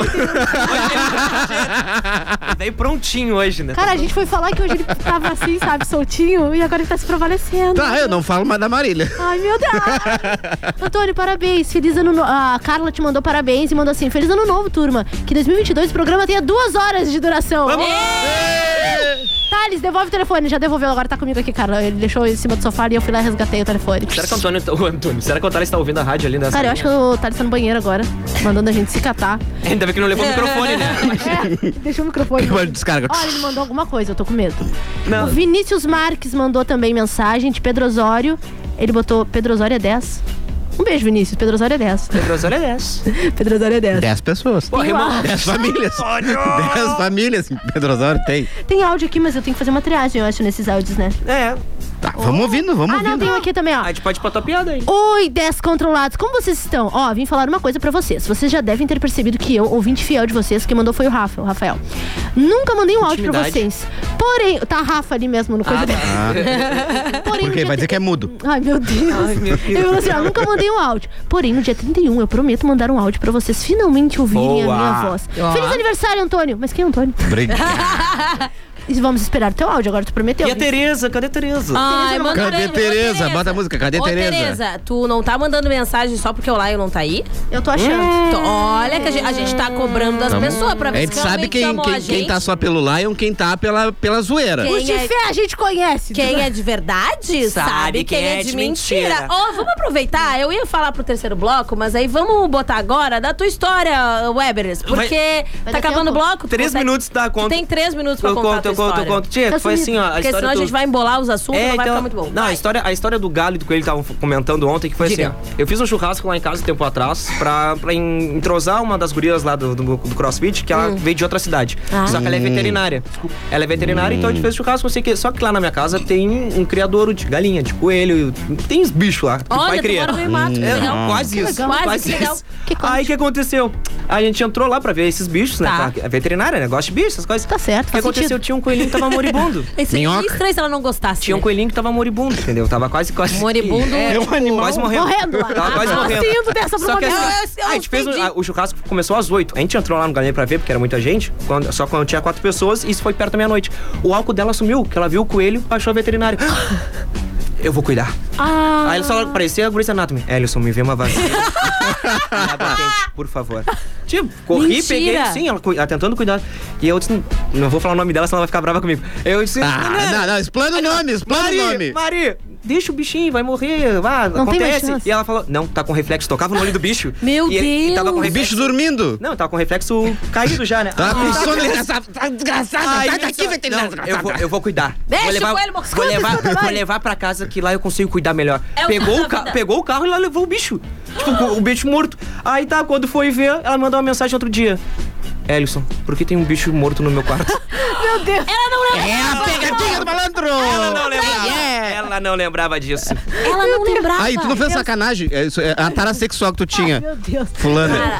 S7: Veio prontinho hoje, né?
S8: Cara, a gente foi falar que hoje ele tava assim, sabe, soltinho, e agora ele tá se prevalecendo.
S5: Tá, eu não falo mais da Marília.
S8: Ai,
S5: (laughs)
S8: meu Deus! Antônio, parabéns. Feliz ano novo. A Carla te mandou parabéns e mandou assim: Feliz ano novo, turma. Que 2022 o programa tenha duas horas de duração.
S6: Vamos!
S8: Ê! Thales, devolve o telefone. Já devolveu, agora tá comigo aqui, Carla. Ele deixou em cima do sofá e eu fui lá e resgatei o telefone.
S7: Será que o Antônio, o Antônio, será que o Thales tá ouvindo a rádio ali nessa?
S8: Cara, eu acho que o Thales tá no banheiro agora, mandando a gente
S5: (laughs)
S8: se catar.
S7: (laughs) Ainda bem que não levou o microfone, né?
S8: (laughs) Deixa o microfone.
S7: Olha, descarga.
S8: Olha, ele mandou alguma coisa, eu tô com medo.
S7: Não.
S8: O Vinícius Marques mandou também mensagem de Pedro Osório. Ele botou Pedro Osório é 10. Um beijo, Vinícius. Pedro Osório é 10.
S7: Pedro Osório é 10.
S8: (laughs) Pedro Osório é 10.
S5: 10 pessoas.
S8: Porra, irmão.
S5: 10 famílias. 10 famílias que Pedro Osório tem.
S8: Tem áudio aqui, mas eu tenho que fazer uma triagem, eu acho, nesses áudios, né?
S7: É.
S5: Tá, vamos ouvindo, vamos
S8: Ah, não,
S5: ouvindo.
S8: tem um aqui também, ó.
S7: A gente pode ir pra tua piada aí.
S8: Oi, descontrolados, como vocês estão? Ó, vim falar uma coisa pra vocês. Vocês já devem ter percebido que eu, ouvinte fiel de vocês, que mandou foi o Rafa, o Rafael. Nunca mandei um áudio pra
S5: Intimidade.
S8: vocês. Porém, tá Rafa ali mesmo no coisa
S5: Ah,
S8: dela.
S5: (laughs) tá. Porque vai dizer que é mudo.
S8: Ai, meu Deus.
S5: Ai, meu Deus.
S8: Eu falei assim, ó, nunca mandei um áudio. Porém, no dia 31, eu prometo mandar um áudio pra vocês finalmente ouvirem
S5: Boa.
S8: a minha voz.
S5: Ó.
S8: Feliz aniversário, Antônio. Mas quem é Antônio?
S5: Obrigado.
S8: (laughs) E vamos esperar teu áudio, agora tu prometeu.
S7: E a Tereza? Cadê a Tereza?
S4: Ai, manda
S5: Cadê
S4: pra-
S5: Tereza? Bota a música, cadê
S4: Ô,
S5: Tereza?
S4: Tereza, tu não tá mandando mensagem só porque o Laio não tá aí? Hum.
S8: Eu tô achando.
S4: Olha que a gente, a gente tá cobrando das
S5: Tamo-
S4: pessoas pra ver
S5: A
S4: se
S5: gente sabe
S4: realmente
S5: quem,
S4: amou a
S5: quem,
S4: gente.
S5: quem tá só pelo Lion, quem tá pela, pela zoeira.
S4: Quem é-
S8: a gente conhece. né?
S4: Quem é de verdade sabe, quem, é, de mentira. Ó, vamos aproveitar. Eu ia falar pro terceiro bloco, mas aí vamos botar agora da tua história, Weberes.
S7: Vai-
S4: Porque
S7: Vai
S4: tá
S7: dar
S4: acabando o
S7: tempo?
S4: bloco. tu
S7: Três
S4: consegue-
S7: minutos, tá,
S4: Tu
S7: conto.
S4: tem três minutos pra
S7: Eu
S4: contar a
S7: conto,
S4: tua
S7: eu conto,
S4: história.
S7: eu conto. Tia,
S4: Tá
S7: foi assim, ó, a
S4: Porque
S7: história
S4: senão a
S7: do-
S4: gente vai embolar os assuntos, não vai ficar muito bom.
S7: É, então, Não, a história, a história do galo e do coelho que estavam comentando ontem, que foi
S4: Diga.
S7: assim, ó. Eu fiz um churrasco lá em casa um tempo atrás pra, pra en- entrosar uma das gurias lá do, do, do CrossFit, que ela
S4: Hum.
S7: veio de outra cidade.
S11: Ah.
S7: Só que ela é
S11: Hum.
S7: veterinária. Ela é veterinária, então a gente fez churrasco, não sei o quê. Só que lá na minha casa tem um criadouro de galinha, de coelho, tem uns bichos lá. Que
S4: Olha,
S7: vai
S4: tu
S7: criar.
S4: mora no meio mato, que
S7: é,
S4: legal.
S7: quase
S4: Que
S7: isso.
S4: legal, quase, que legal.
S7: isso. Aí o que aconteceu? A gente entrou lá pra ver esses bichos,
S4: Tá.
S7: né? A veterinária, né? Gosta de bichos, essas coisas. Tá
S8: certo,
S7: O que aconteceu? Tinha um coelhinho que
S4: (laughs)
S7: tava moribundo.
S4: Esse Minhoca. estranho se ela não gostasse.
S7: Tinha um
S4: né?
S7: coelhinho que tava moribundo, entendeu? Tava quase, quase.
S4: Moribundo.
S7: É,
S4: É um animal.
S7: Quase morrendo.
S4: Morrendo lá.
S7: Tava quase
S4: Ah,
S7: morrendo.
S4: sim, indo dessa pra
S7: Só
S4: uma
S7: que assim,
S4: gaiola. Eu- eu
S7: a gente fez um-
S4: entendi.
S7: a- o churrasco começou às 8. A gente entrou lá no galinha pra ver, porque era muita gente. quando- só quando tinha quatro pessoas, e isso foi perto da meia-noite. O álcool dela sumiu, que ela viu o coelho, achou a veterinária. (gasps) Eu vou cuidar.
S8: Ah.
S7: Aí ela só parecia a Grey's Anatomy. Ellison, me vê uma vacina. Água quente, por favor. Tipo, corri,
S11: Mentira.
S7: peguei, sim, ela, cu- ela tentando cuidar. E eu disse, não vou falar o nome dela, senão ela vai ficar brava comigo. Eu disse, é,
S5: Ah, não, não, explana o nome, explana o
S7: Mari,
S5: nome.
S7: Mari, deixa o bichinho, vai morrer, vá,
S5: Não tem mais
S7: acontece.
S5: chance.
S7: e ela falou, não, tá com reflexo, tocava no olho do bicho.
S5: (laughs) Meu
S7: e ele- E tava com
S5: Deus.
S7: reflexo.
S5: O bicho dormindo?
S7: Não, tava com reflexo caído já, né?
S5: Tá com sono, desgraçado,
S7: desgraçado,
S5: sai daqui, veterinário
S7: Eu vou, eu vou cuidar.
S5: Deixa
S7: vou levar,
S5: o coelho,
S7: vou,
S5: escuta,
S7: levar,
S5: escuta,
S7: vou
S5: vai.
S7: levar pra casa que lá eu consigo cuidar melhor.
S5: É o
S7: pegou,
S5: da
S7: o ca-
S5: vida.
S7: pegou o carro e lá levou o bicho. Tipo, o bicho morto. Aí tá, quando foi ver, ela mandou uma mensagem outro dia. Ellison, por que tem um bicho morto no meu
S5: (laughs)
S7: quarto?
S8: Meu Deus.
S4: Ela não
S8: lembra. É a pegadinha do malandro.
S7: Ela não lembrava. Ela não lembrava disso.
S4: Ela não lembrava.
S5: Aí, tu não fez sacanagem? É, isso, é a tara sexual que
S4: Ah,
S5: tu tinha.
S8: Meu Deus.
S5: Fulana.
S9: É.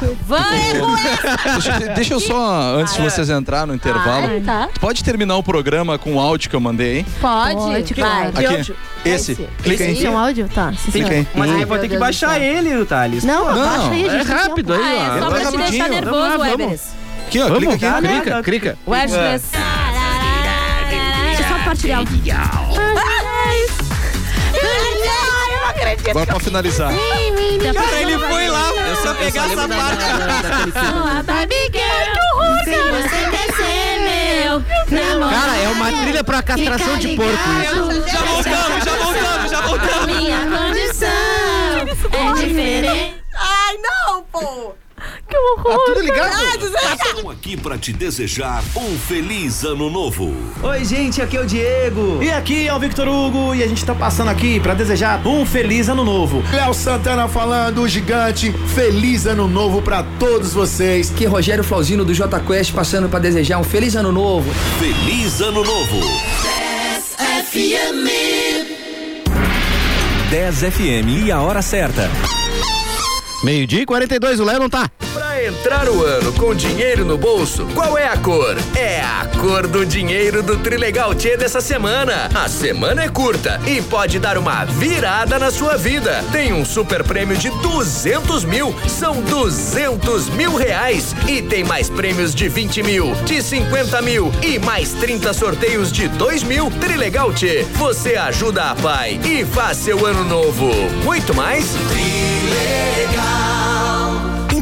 S9: Deixa, deixa eu só, antes de vocês entrar no intervalo,
S4: Ai, tá.
S9: tu pode terminar o programa com o áudio que eu mandei, hein?
S4: Pode? vai.
S9: Aqui, esse. Clica aí.
S8: Esse é um áudio? Tá. sim,
S9: Clica aí.
S8: senhor.
S7: Mas aí
S8: Ai,
S7: vou
S8: meu
S7: ter que
S8: Deus do
S7: baixar
S8: céu.
S7: ele, Thales.
S8: Não,
S9: Não,
S8: abaixa aí,
S9: é
S8: gente. tem
S5: rápido
S8: tempo.
S5: aí,
S4: Ah, é
S5: ó.
S4: só
S8: tá
S4: pra te
S5: Rapidinho.
S4: deixar
S5: Vamos lá,
S4: nervoso,
S5: vamos.
S4: Everest.
S9: Aqui, ó,
S5: Vamos,
S9: clica aqui.
S5: clica, clica.
S4: Wesley.
S8: Deixa eu é só partilhar. o-
S4: Eu não acredito.
S9: Agora pra finalizar.
S8: Cara, ele foi lá.
S7: É só pegar essa parte.
S8: Se você quer ser meu namorado.
S5: Cara, é uma trilha pra castração de porco.
S7: Já voltamos, já voltamos, já voltamos.
S8: Minha condição é diferente.
S4: Ai, não, pô.
S8: Que horror.
S5: Tá tudo ligado?
S8: Ah,
S1: Estamos aqui para te desejar um feliz ano novo.
S20: Oi, gente, aqui é o Diego. E aqui é o Victor Hugo. E a gente tá passando aqui pra desejar um feliz ano novo.
S21: Léo Santana falando, o gigante. Feliz ano novo pra todos vocês.
S22: Aqui é Rogério Flauzino do J Quest passando pra desejar um feliz ano novo.
S1: Feliz ano novo.
S11: 10 FM e a hora certa.
S5: Meio-dia e 42, o Léo não tá.
S23: Pra entrar o ano com dinheiro no bolso, qual é a cor? É a cor do dinheiro do Trilegal Tchê dessa semana. A semana é curta e pode dar uma virada na sua vida. Tem um super prêmio de 200 mil, são 200 mil reais. E tem mais prêmios de 20 mil, de 50 mil e mais 30 sorteios de 2 mil. Trilegal Tchê, você ajuda a pai e faz seu ano novo. Muito mais?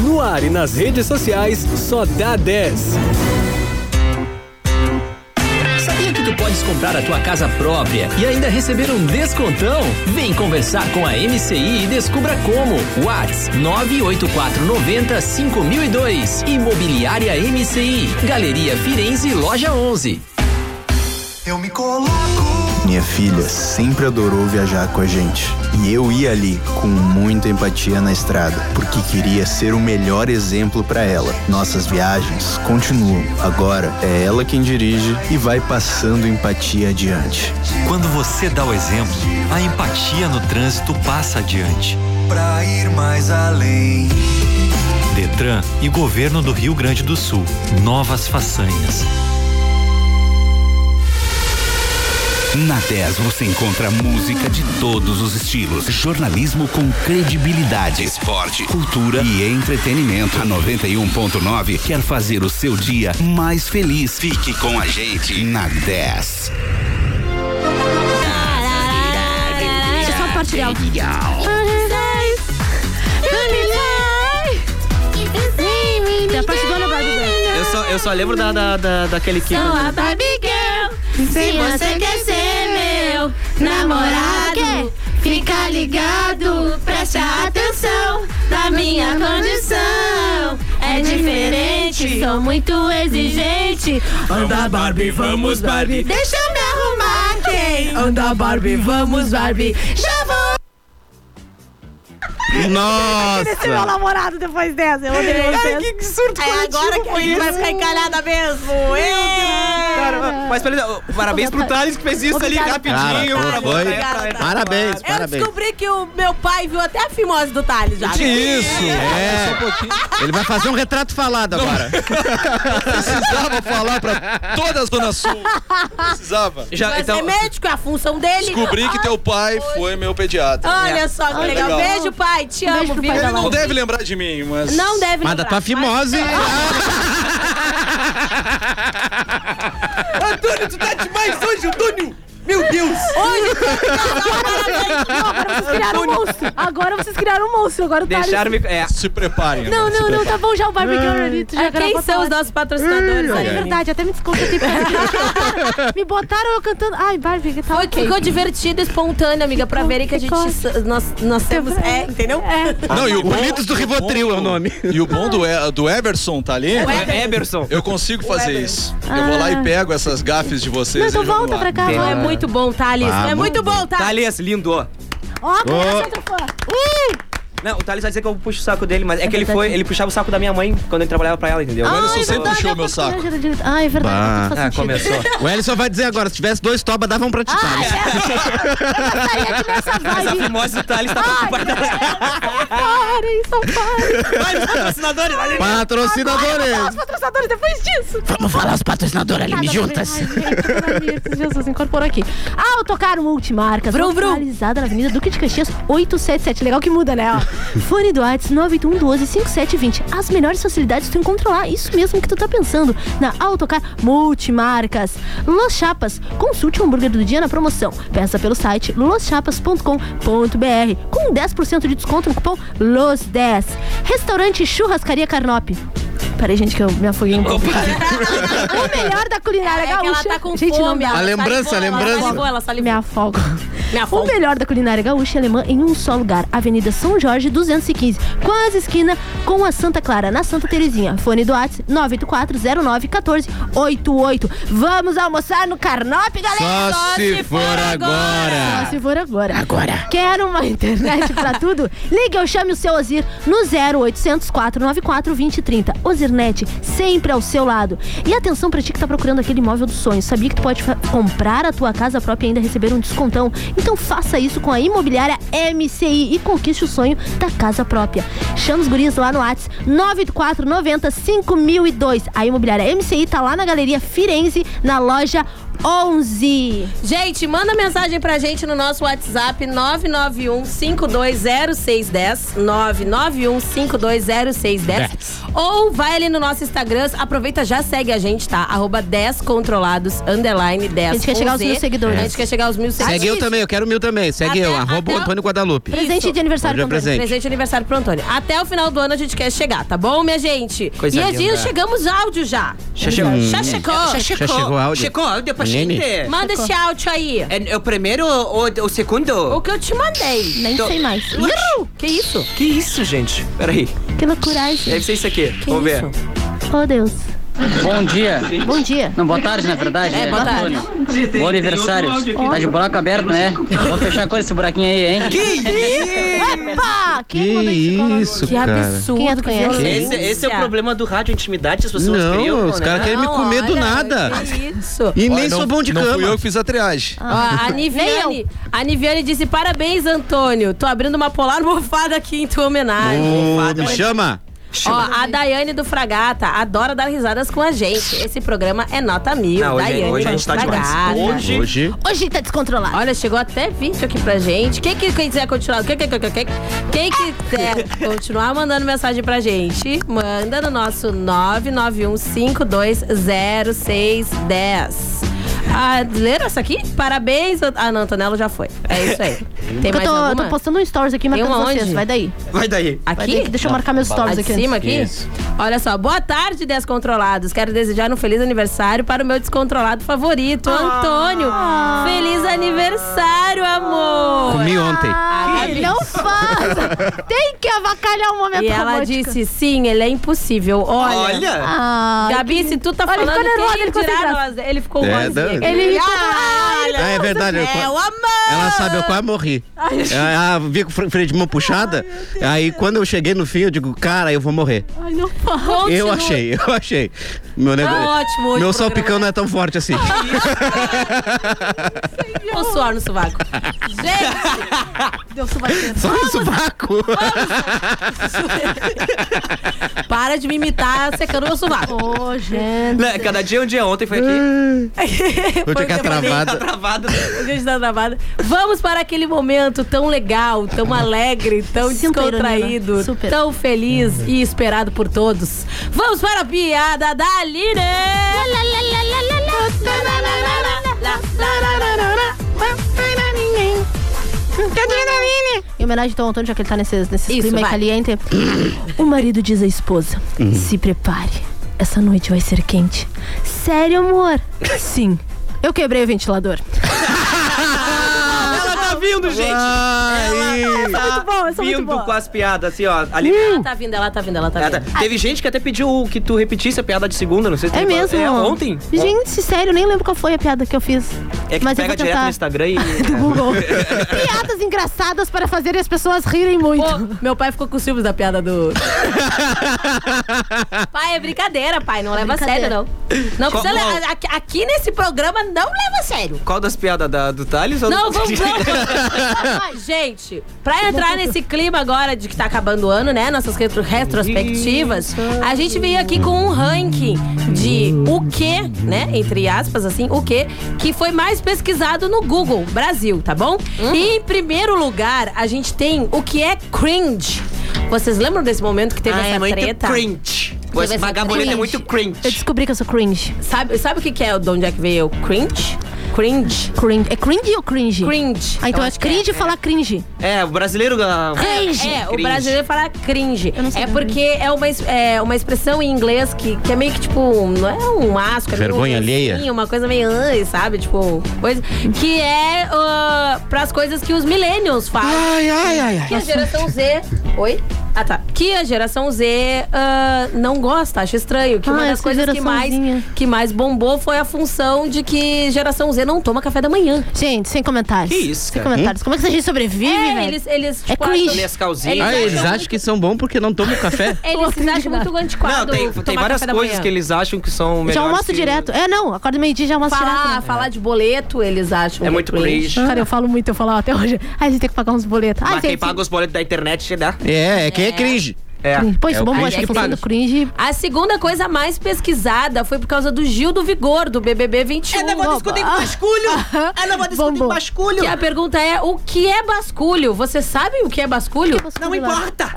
S2: No ar e nas redes sociais, só dá 10. Sabia que tu podes comprar a tua casa própria e ainda receber um descontão? Vem conversar com a MCI e descubra como. Whats 98490 5002. Imobiliária MCI. Galeria Firenze, Loja 11.
S24: Eu me coloco. Minha filha sempre adorou viajar com a gente. E eu ia ali com muita empatia na estrada, porque queria ser o melhor exemplo para ela. Nossas viagens continuam. Agora é ela quem dirige e vai passando empatia adiante.
S25: Quando você dá o exemplo, a empatia no trânsito passa adiante.
S24: Pra ir mais além.
S25: Detran e Governo do Rio Grande do Sul. Novas façanhas.
S1: Na 10 você encontra música de todos os estilos, jornalismo com credibilidade, esporte, cultura e entretenimento. A 91.9 quer fazer o seu dia mais feliz. Fique com a gente na 10.
S8: Deixa eu É só partilhar. o- Tem a parte do né? Ana Bárbara.
S7: Eu só, eu só lembro da, da, da- daquele que.
S8: Sou a Barbie Girl. Se você quer ser meu namorado, fica ligado, preste atenção. Da minha condição é diferente, sou muito exigente.
S6: Anda, Barbie, vamos, Barbie.
S8: Deixa eu me arrumar, quem? Anda, Barbie, vamos, Barbie. Já vou.
S5: Nossa.
S8: namorado depois dessa. Eu
S4: odeio vocês.
S8: que, surto
S4: É agora que a gente vai ficar encalhada mesmo. É.
S7: Cara, mas peraí, parabéns pro Thales que fez isso ali
S4: Obrigada.
S7: rapidinho.
S5: Cara,
S7: pra
S5: foi.
S7: botar essa-
S5: Obrigada. Parabéns,
S4: Eu
S5: parabéns.
S4: descobri que o meu pai viu até a fimose do Thales já.
S5: Que isso? É.
S4: É.
S5: Só um Ele vai fazer um retrato falado
S7: (laughs)
S5: agora.
S9: Precisava falar pra toda a Zona Sul. Precisava.
S4: Mas
S7: então,
S4: é médico, é a função dele.
S9: Descobri que teu pai foi meu pediatra.
S7: É.
S4: Olha só que legal. Beijo, pai. Te amo. viu?
S9: Ele não deve lembrar de mim, mas.
S4: Não deve Mas da lembrar, tua
S5: Tá fimose.
S7: (laughs) Antônio, tu tá demais hoje, Antônio! Meu Deus!
S4: Hoje tu tá na
S8: Agora vocês criaram um monstro. Agora vocês criaram um monstro. Agora o Thales-
S7: Deixaram me. É.
S9: Se preparem.
S8: Não, não, não, tá bom já o Barbie Girl ali. Tu já
S4: Ah, quem
S8: gravou
S4: são
S8: todas.
S4: os nossos patrocinadores
S8: Hum,
S4: aí?
S8: É verdade, até me tipo, desconcertei. porque- me botaram eu cantando. Ai, Barbie, que tá
S4: Foi,
S8: ok.
S4: ficou divertido, espontâneo, amiga, pra verem que a gente. Nós, nós temos. É, entendeu?
S9: Não, Ah, e o bom-
S5: Unidos do Rivotril é o nome.
S9: E o bom do, E- do Everson tá ali?
S7: O Ever- Everson.
S9: Eu consigo fazer isso. Eu vou lá
S4: Ah.
S9: e pego essas gafes de vocês.
S4: Não, então
S9: e jogo
S4: volta
S9: lá.
S4: pra cá. é muito bom, Thales.
S9: Ah,
S4: é
S9: muito
S4: muito bom, Thales.
S7: Thales, lindo.
S8: Ó, oh,
S7: Ó.
S8: criança, fã. Uh!
S7: Não, o Thales vai dizer que eu puxo o saco dele, mas é que ele foi, ele puxava o saco da minha mãe quando ele trabalhava pra ela, entendeu?
S8: Ah, O Ellison é sempre verdade, puxou
S7: meu
S8: Não, já era direito. Ah, é verdade.
S5: Bah.
S7: Ah, começou.
S5: O Ellison vai dizer agora, se tivesse dois toba, davam pra
S4: Ah,
S5: ti.
S4: é.
S5: Thales.
S7: Mas a fimose do Thales
S4: Ah,
S7: tá preocupada.
S8: Parem, só parem.
S7: Vai, os patrocinadores, olha ali.
S5: Patrocinadores.
S8: Agora, os patrocinadores depois disso.
S5: Vamos falar os patrocinadores ali, me
S8: Nada,
S5: juntas.
S8: Ai, gente,
S5: (laughs)
S8: pelo amor de Jesus, incorporou aqui. Autocar Multimarcas,
S4: Vrum, vrum.
S8: localizada na Avenida Duque de Caxias, 877. Legal que
S5: (laughs)
S8: muda, né? Ó. Fone do Whats 981125720. As melhores facilidades tu encontra lá. Isso mesmo que tu tá pensando. Na Autocar Multimarcas. Los Chapas. Consulte o hambúrguer do dia na promoção. Peça pelo site loschapas.com.br com 10% de desconto no cupom LOS10. Restaurante Churrascaria Carnop. Peraí, gente, que eu me afoguei um pouco. (laughs) O melhor da culinária
S4: É que ela
S8: gaúcha.
S4: tá com
S8: Gente, não
S4: fome,
S8: dá.
S4: ela A lembrança, salivou, ela a lembrança. salivou, ela
S8: Me afogo. O melhor da culinária gaúcha e alemã em um só lugar. Avenida São Jorge, 215. Quase esquina com a Santa Clara, na Santa Terezinha. Fone do WhatsApp 984091488. Vamos almoçar no Carnop, galera!
S5: Só se for
S6: Tá.
S5: agora.
S8: Só se for agora. Agora. Quer uma internet pra tudo? Ligue ou chame o seu Ozir no 0800 494 2030. Ozirnet, sempre ao seu lado. E atenção pra ti que tá procurando aquele imóvel dos sonhos. Sabia que tu pode fa- comprar a tua casa própria e ainda receber um descontão? Então faça isso com a imobiliária MCI e conquiste o sonho da casa própria. Chama os guris lá no Whats 98490 5002. A imobiliária MCI tá lá na Galeria Firenze, na loja 11.
S4: Gente, manda mensagem pra gente no nosso WhatsApp 991 520610 991 520610 ou vai ali no nosso Instagram, aproveita já segue a gente, tá? Arroba 10 controlados, underline 10
S8: A gente quer
S4: com
S8: chegar aos
S4: Z.
S8: mil seguidores.
S4: A gente quer chegar aos mil seguidores.
S5: Segue eu também, eu quero mil também. Segue eu, arroba o Antônio Guadalupe.
S4: Isso.
S5: Hoje é presente.
S4: Presente de aniversário pro Antônio. Até o final do ano a gente quer chegar, tá bom, minha gente?
S5: Coisa
S4: e a
S5: linda.
S4: gente chegamos áudio já.
S5: Já chegou. um
S4: Já chegou.
S5: Já chegou. Já chegou áudio. Chegou áudio pra Nene. né? gente.
S4: Manda esse áudio aí.
S3: É, é o primeiro ou o, o segundo?
S4: O que eu te mandei.
S8: Nem
S3: Tô-
S8: sei mais. Ih,
S4: Que isso?
S7: Que isso, gente? Peraí.
S8: Que loucura isso.
S7: Deve ser isso aqui.
S8: Que
S7: Vamos ver.
S8: Oh, Deus.
S17: Bom dia.
S8: Bom dia.
S17: Não, boa tarde, na verdade.
S8: É, boa tarde.
S17: Antônio. Bom aniversário.
S8: Tem outro áudio aqui.
S17: Tá de buraco aberto,
S8: (laughs)
S17: né? Vou fechar com esse buraquinho aí, hein?
S8: Epa!
S5: Que isso, cara.
S8: Quem é tu conhece?
S5: Que
S3: Esse, esse é o problema do rádio, a intimidade, as pessoas
S5: Não,
S3: criam.
S5: os caras querem me comer do nada.
S4: Isso. Ah,
S5: E
S9: Olha,
S5: nem
S9: não-
S5: sou bom de
S9: não
S5: cama.
S9: fui eu que fiz a triagem.
S4: Ó, a Niviane, a Niviane disse: parabéns, Antônio. Tô abrindo uma polar mofada aqui em tua homenagem.
S5: Ô, me chama.
S4: Ó, a Daiane do Fragata adora dar risadas com a gente. Esse programa é nota mil.
S5: Não, hoje-
S4: Daiane
S5: hoje a gente
S4: do
S5: tá demais.
S4: Fragata.
S5: Hoje- Hoje-
S8: Hoje tá descontrolado.
S4: Olha, chegou até vídeo aqui pra gente. Quem que quiser continuar, quem, quem, quem, quem, quem- quem quiser continuar mandando mensagem pra gente, manda no nosso 991520610. Ah, leram essa aqui? Parabéns. Ant- Ah, não, Antonella já foi. É isso aí. Tem
S8: eu
S4: mais
S8: tô, eu
S4: alguma?
S8: tô postando um stories aqui,
S4: Tem
S8: marcando
S4: uma
S8: vocês.
S4: onde?
S8: Vai daí.
S7: Vai daí.
S8: Vai daí,
S4: Aqui?
S8: que deixa eu marcar
S5: tá
S8: meus stories
S4: Ah, de
S8: aqui.
S4: cima aqui?
S8: Isso.
S4: Olha só, boa tarde, descontrolados. Quero desejar um feliz aniversário para o meu descontrolado favorito,
S8: Ah.
S4: Antônio. Feliz aniversário, amor!
S5: Comi ontem.
S4: Ah, Gabi.
S8: Não faça! Tem que avacalhar um momento
S4: E ela
S8: romântico.
S4: disse, sim, ele é impossível. Olha.
S8: Olha. Ah,
S4: Gabi, se tu tá
S8: Olha, ele
S4: falando
S8: ficou nervoso,
S4: quem
S8: ele ficou sem
S4: dirá
S8: graça.
S4: nós? ele ficou
S5: É,
S4: rosinha
S5: não.
S4: aqui.
S5: Ele ficou-
S4: Olha.
S5: Ah, é verdade. eu
S4: É
S5: qua-
S4: o amor.
S5: Ela sabe, eu quase morri.
S4: Ai.
S5: Ah, vi com o freio de mão puxada. Aí quando eu cheguei no fim, eu digo, cara, eu vou morrer.
S8: Ai, não fala.
S5: Eu achei, (laughs) eu achei. Meu negócio.
S4: Tá ótimo hoje
S5: Meu
S4: o
S5: salpicão não é tão forte
S4: (laughs)
S5: assim. (laughs)
S4: Olha o suor no sovaco.
S8: Deu subaco.
S5: Só no sovaco.
S4: Para de me imitar secando meu sovaco.
S8: Ô, gente.
S7: Não, cada dia é um dia. Ontem foi aqui.
S4: Foi o que eu falei.
S7: travada.
S4: A gente tá travada. Vamos para aquele momento tão legal, tão alegre, tão
S8: Sinto a ironia, né?
S4: descontraído,
S8: Super.
S4: tão feliz e esperado por todos. Vamos para a piada da Aline!
S8: homenagem ao Antônio, já que ele tá nesse, nesse
S4: Isso,
S8: clima aí
S4: vai.
S8: caliente. o marido diz à esposa:
S4: Hum.
S8: se prepare, essa noite vai ser quente. Sério, amor? Sim. Eu quebrei o ventilador.
S7: Ela tá vindo, gente!
S8: Ela
S7: tá
S8: muito boa, essa é muito
S7: vindo
S8: boa.
S7: com as piadas, assim, ó. Ali.
S4: Ela tá vindo, ela tá vindo, ela tá
S7: Ela tá-
S4: vindo.
S7: Teve gente que até pediu que tu repetisse a piada de segunda, não sei se
S8: É
S7: tu-
S8: mesmo?
S7: É ontem.
S8: Gente, sério, eu nem lembro qual foi a piada que eu fiz.
S7: É que
S8: Mas
S7: tu pega
S8: eu vou
S7: direto no
S8: tentar.
S7: Instagram e.
S8: (laughs) Do Google.
S4: (laughs)
S8: Piadas engraçadas para fazer as pessoas rirem muito.
S4: meu pai ficou com ciúmes da
S17: (laughs)
S4: piada do. pai, é brincadeira, pai. Não leva a sério, não. Não
S7: Qual-
S4: precisa
S7: qual-
S4: levar. Aqui, aqui nesse programa não leva a sério.
S7: (laughs) Qual das piadas da- do Thales? ou
S4: Não,
S7: do-
S4: vamos, vamos. Gente, pra entrar nesse clima agora de que tá acabando o ano, né? Nossas retro- retrospectivas, a gente veio aqui com um ranking de o que, né? Entre aspas, assim, o que, que foi mais pesquisado no Google Brasil, tá bom?
S7: Hum.
S4: E em primeiro lugar, a gente tem o que é cringe. Vocês lembram desse momento que teve
S7: Ah,
S4: essa
S7: é muito
S4: treta?
S7: cringe.
S4: Teve
S7: Esse
S4: essa
S7: vagabundo é
S4: treta.
S7: muito cringe.
S8: Eu descobri que eu sou cringe.
S4: Sabe, sabe o que, que é de onde é que veio o cringe? Cringe.
S8: Cringe. É cringe ou cringe?
S4: Cringe.
S8: Ah, então é cringe falar cringe.
S7: (laughs) É, o brasileiro.
S8: (laughs)
S7: ah,
S4: Cringe. É, o
S7: cringe.
S4: brasileiro fala cringe. É porque é uma, es- é uma expressão em inglês que, que é meio que tipo, não é um asco, é meio
S5: Vergonha
S4: um
S5: alheia.
S4: rancinho, uma coisa meio, ai, sabe? Tipo, coisa. Que é ah, pras coisas que os millennials falam. Ai,
S5: ai, ai, ai.
S4: Que a geração Z. Oi? Ah, tá. Que a geração Z ah, não gosta, acha estranho. Que uma
S8: Ah,
S4: das
S8: essa
S4: coisas que mais,
S8: geraçãozinha.
S4: que mais bombou foi a função de que geração Z não toma café da manhã.
S8: Gente, sem comentários.
S7: Que isso,
S8: Sem
S7: cara?
S8: comentários.
S7: Hum?
S8: Como é que essa gente sobrevive,
S4: É,
S8: velho?
S4: eles- eles,
S8: é
S4: tipo, acham-
S8: cringe.
S7: Minhas calzinhas.
S5: ah, eles acham que são bons porque não tomam café?
S4: Eles se acham muito
S7: Não,
S4: antiquados.
S7: tem, tem
S4: tomar
S7: várias
S4: café da
S7: coisas
S4: manhã.
S7: que eles acham que são melhores.
S8: Já almoço
S7: que-
S8: direto. É, não. Acorda meio-dia já almoço direto.
S4: Falar, falar de boleto, eles acham.
S7: É
S4: que
S7: muito cringe.
S8: Cara, eu falo muito, eu falo até hoje. Ai, a gente tem que pagar uns boletos. Ai,
S7: Mas quem
S8: gente,
S7: paga os boletos da internet, né?
S5: É, é quem é cringe.
S7: É.
S8: Pô, isso
S7: é o
S8: bom,
S7: cringe
S8: mas
S7: que
S8: a função
S7: paga.
S8: do cringe.
S4: A segunda coisa mais pesquisada foi por causa do Gil do Vigor, do BBB 21.
S3: Ela vai discutir com basculho! Ela vai discutir com basculho!
S4: Ah, Que a pergunta é, o que é basculho? Você sabe o que é basculho?
S3: Não importa!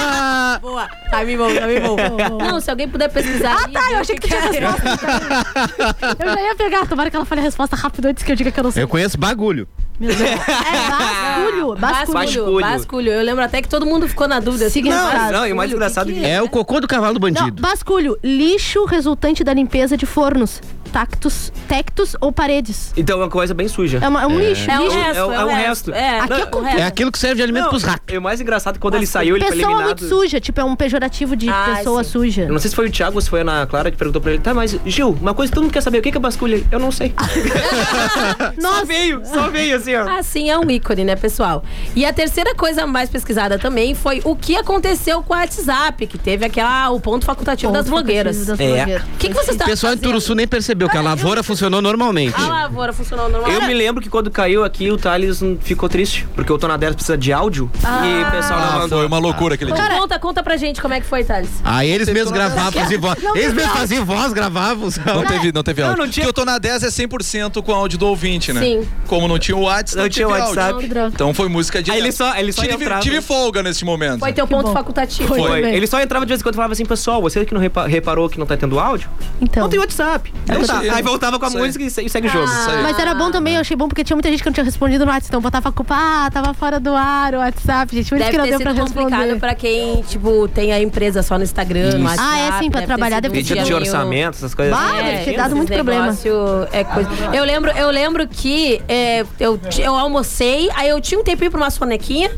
S7: Ah.
S4: Boa. Tá me bom, tá me bom. Não, se alguém puder pesquisar.
S8: Ah, tá, eu achei que tu tinha então.
S4: resposta.
S8: Eu já ia pegar, tomara que ela fale a resposta rápido antes que eu diga que eu não sei.
S5: Eu conheço bagulho.
S8: Meu Deus. É basculho, basculho.
S4: Basculho, basculho. Eu lembro até que todo mundo Ah. ficou na dúvida. assim,
S5: Não,
S7: não, e o mais engraçado
S5: é, o cocô do cavalo do
S8: Não,
S5: bandido.
S8: basculho, lixo resultante da limpeza de fornos, tactos, tectos ou paredes.
S7: Então é uma coisa bem suja.
S8: É uma- é um É. lixo,
S7: É um
S8: lixo.
S7: resto. É, um- é um resto.
S8: É. Aqui é
S7: Não,
S8: cultura. É
S5: aquilo que serve de alimento
S7: Não,
S5: pros ratos.
S7: E o mais engraçado é que quando ele saiu, ele foi
S8: pessoa
S7: eliminado.
S8: muito suja, tipo, é um pejorativo de
S4: Ah,
S8: pessoa
S4: sim.
S8: suja.
S7: Eu não sei se foi o Thiago ou se foi a Ana Clara que perguntou pra ele. Tá, mas Gil, uma coisa que todo mundo quer saber, o que que é basculho? Eu não sei.
S5: Ah,
S4: Nossa.
S7: Só veio, só veio assim, ó.
S4: Assim é um ícone, né, pessoal? E a terceira coisa mais pesquisada também foi o que aconteceu com o WhatsApp, que teve aquela, o ponto facultativo das blogueiras.
S5: das É. blogueiras.
S4: O que, tá- que vocês
S5: O
S4: estavam
S5: pessoal em Turuçu nem percebeu que
S4: Ah,
S5: a lavoura funcionou normalmente.
S4: A lavoura Ah, funcionou normal.
S7: Ah, Eu me lembro que quando caiu aqui, o Thales hum, ficou triste, porque o Tonadero precisa de áudio e o pessoal não
S9: Ah,
S7: mandou.
S9: foi uma loucura aquele
S4: Então
S9: dia.
S4: conta, conta pra gente como é que foi, Thales.
S5: Aí eles mesmos
S9: Não,
S5: gravavam as voz.
S4: não,
S5: Eles
S4: não.
S5: mesmos faziam voz, gravavam. sabe?
S9: Não teve, não teve
S5: Não,
S9: áudio.
S5: não tinha-
S9: Porque eu tô na 10 é 100% com áudio do ouvinte, né?
S4: Sim.
S9: Como não tinha o WhatsApp, não,
S7: Não tinha
S9: teve
S7: WhatsApp.
S9: áudio.
S7: Não, que droga.
S9: Então foi música de.
S7: Aí ele só- ele só
S9: tive,
S7: entrava.
S9: tive folga nesse momento.
S4: Foi teu ponto facultativo.
S7: Foi. Ele só entrava de vez em quando e falava assim, pessoal, você que não repa- reparou que não tá tendo áudio?
S8: Então. Ah,
S7: Não tem WhatsApp. Então
S9: Isso
S7: tá.
S9: aí.
S7: Aí voltava com a
S9: É, Isso aí.
S7: música e se- e segue o jogo.
S8: Mas é era bom também, eu achei bom porque tinha muita gente que não tinha respondido no WhatsApp, então botava a culpa, ah, tava fora do ar o WhatsApp, gente. Por isso
S4: Deve
S8: que não
S4: ter
S8: deu pra
S4: sido complicado
S8: responder.
S4: pra quem, tipo, tem a empresa só no Instagram, no
S8: Isso.
S4: WhatsApp.
S8: Ah, é, sim, pra
S4: deve ter
S8: trabalhar
S4: sido
S8: deve
S4: um
S8: ter
S4: dia
S7: Pedido de
S4: meio-
S7: orçamento, essas coisas.
S8: Bah,
S7: assim.
S8: deve ter dado muito
S4: Esse
S8: problema.
S4: É negócio É coisa. Eu lembro, eu lembro que é, eu, ti- eu almocei, aí eu tinha um tempinho pra uma sonequinha,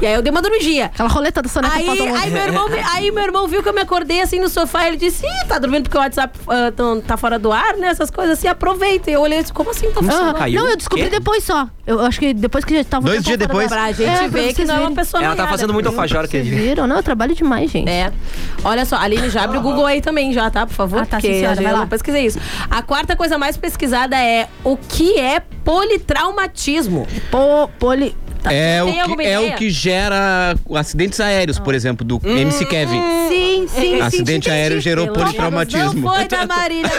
S4: e aí eu dei uma dormidinha.
S8: Aquela roleta da soneca
S4: Aí,
S8: falta um.
S4: aí, meu irmão, vi- aí meu irmão viu que eu me acordei assim no sofá e ele disse: Ih, tá dormindo porque o WhatsApp ah, tão- tá fora do ar, né? Essas coisas assim, aproveita. E eu olhei e disse: Como assim? Tá
S8: Aham.
S4: funcionando?
S8: Não, eu descobri depois só. Eu acho que depois que já tava. um
S5: Dois
S8: tempão
S5: dias
S8: fora
S5: depois.
S8: do ar.
S4: Pra gente
S8: É, pra
S4: ver que
S8: vocês
S4: não é uma
S8: verem.
S4: pessoa
S7: Ela tá
S4: noiada.
S7: fazendo muito alfajor aquele dia. (laughs)
S8: Viram? Não, eu trabalho demais, gente.
S4: É. Olha só, Aline, já abre o Google aí também, já, tá? Por favor.
S8: Ah, tá,
S4: porque
S8: sim, senhora,
S4: eu
S8: vai lá.
S4: não pesquisei isso. A quarta coisa mais pesquisada é o que é politraumatismo.
S8: Po, poli. tá.
S5: É
S4: Tá. Tem
S5: o,
S4: alguma
S5: que, é
S4: ideia? Hum,
S5: o que gera acidentes aéreos, por exemplo, do MC Kevin.
S8: Sim, sim, sim.
S5: Acidente
S8: te entendi.
S5: aéreo gerou
S8: Pelo menos
S5: politraumatismo.
S4: Não foi da Marília.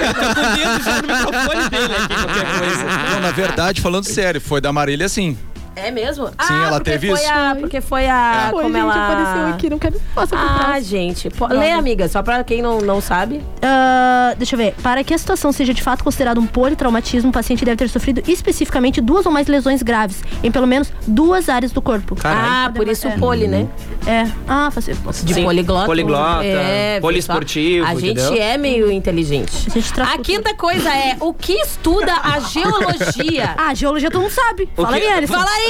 S7: Ah.
S9: Não, na verdade, falando sério, foi da Marília sim.
S4: É mesmo? Sim,
S9: ela
S4: porque
S9: teve
S4: foi
S9: isso.
S4: A, porque foi a.
S8: Foi,
S4: como
S8: gente,
S4: ela.
S8: apareceu aqui, não quero. Passa por
S4: ah,
S8: trás.
S4: gente. pô- lê, amiga, só pra quem não, não sabe.
S8: Ah, deixa eu ver. Para que a situação seja de fato considerada um politraumatismo, o paciente deve ter sofrido especificamente duas ou mais lesões graves, em pelo menos duas áreas do corpo.
S4: Ah, por isso o poli, né?
S8: É. Ah, fazer.
S4: De poliglota.
S7: Poliglota,
S4: viu só?
S7: poliesportivo,
S4: A gente
S7: entendeu?
S4: é meio inteligente. A, quinta coisa é o que estuda a
S8: (laughs)
S4: geologia.
S8: ah, geologia todo mundo sabe.
S7: O Fala quê? aí, Anderson.
S4: Fala aí, Ederson.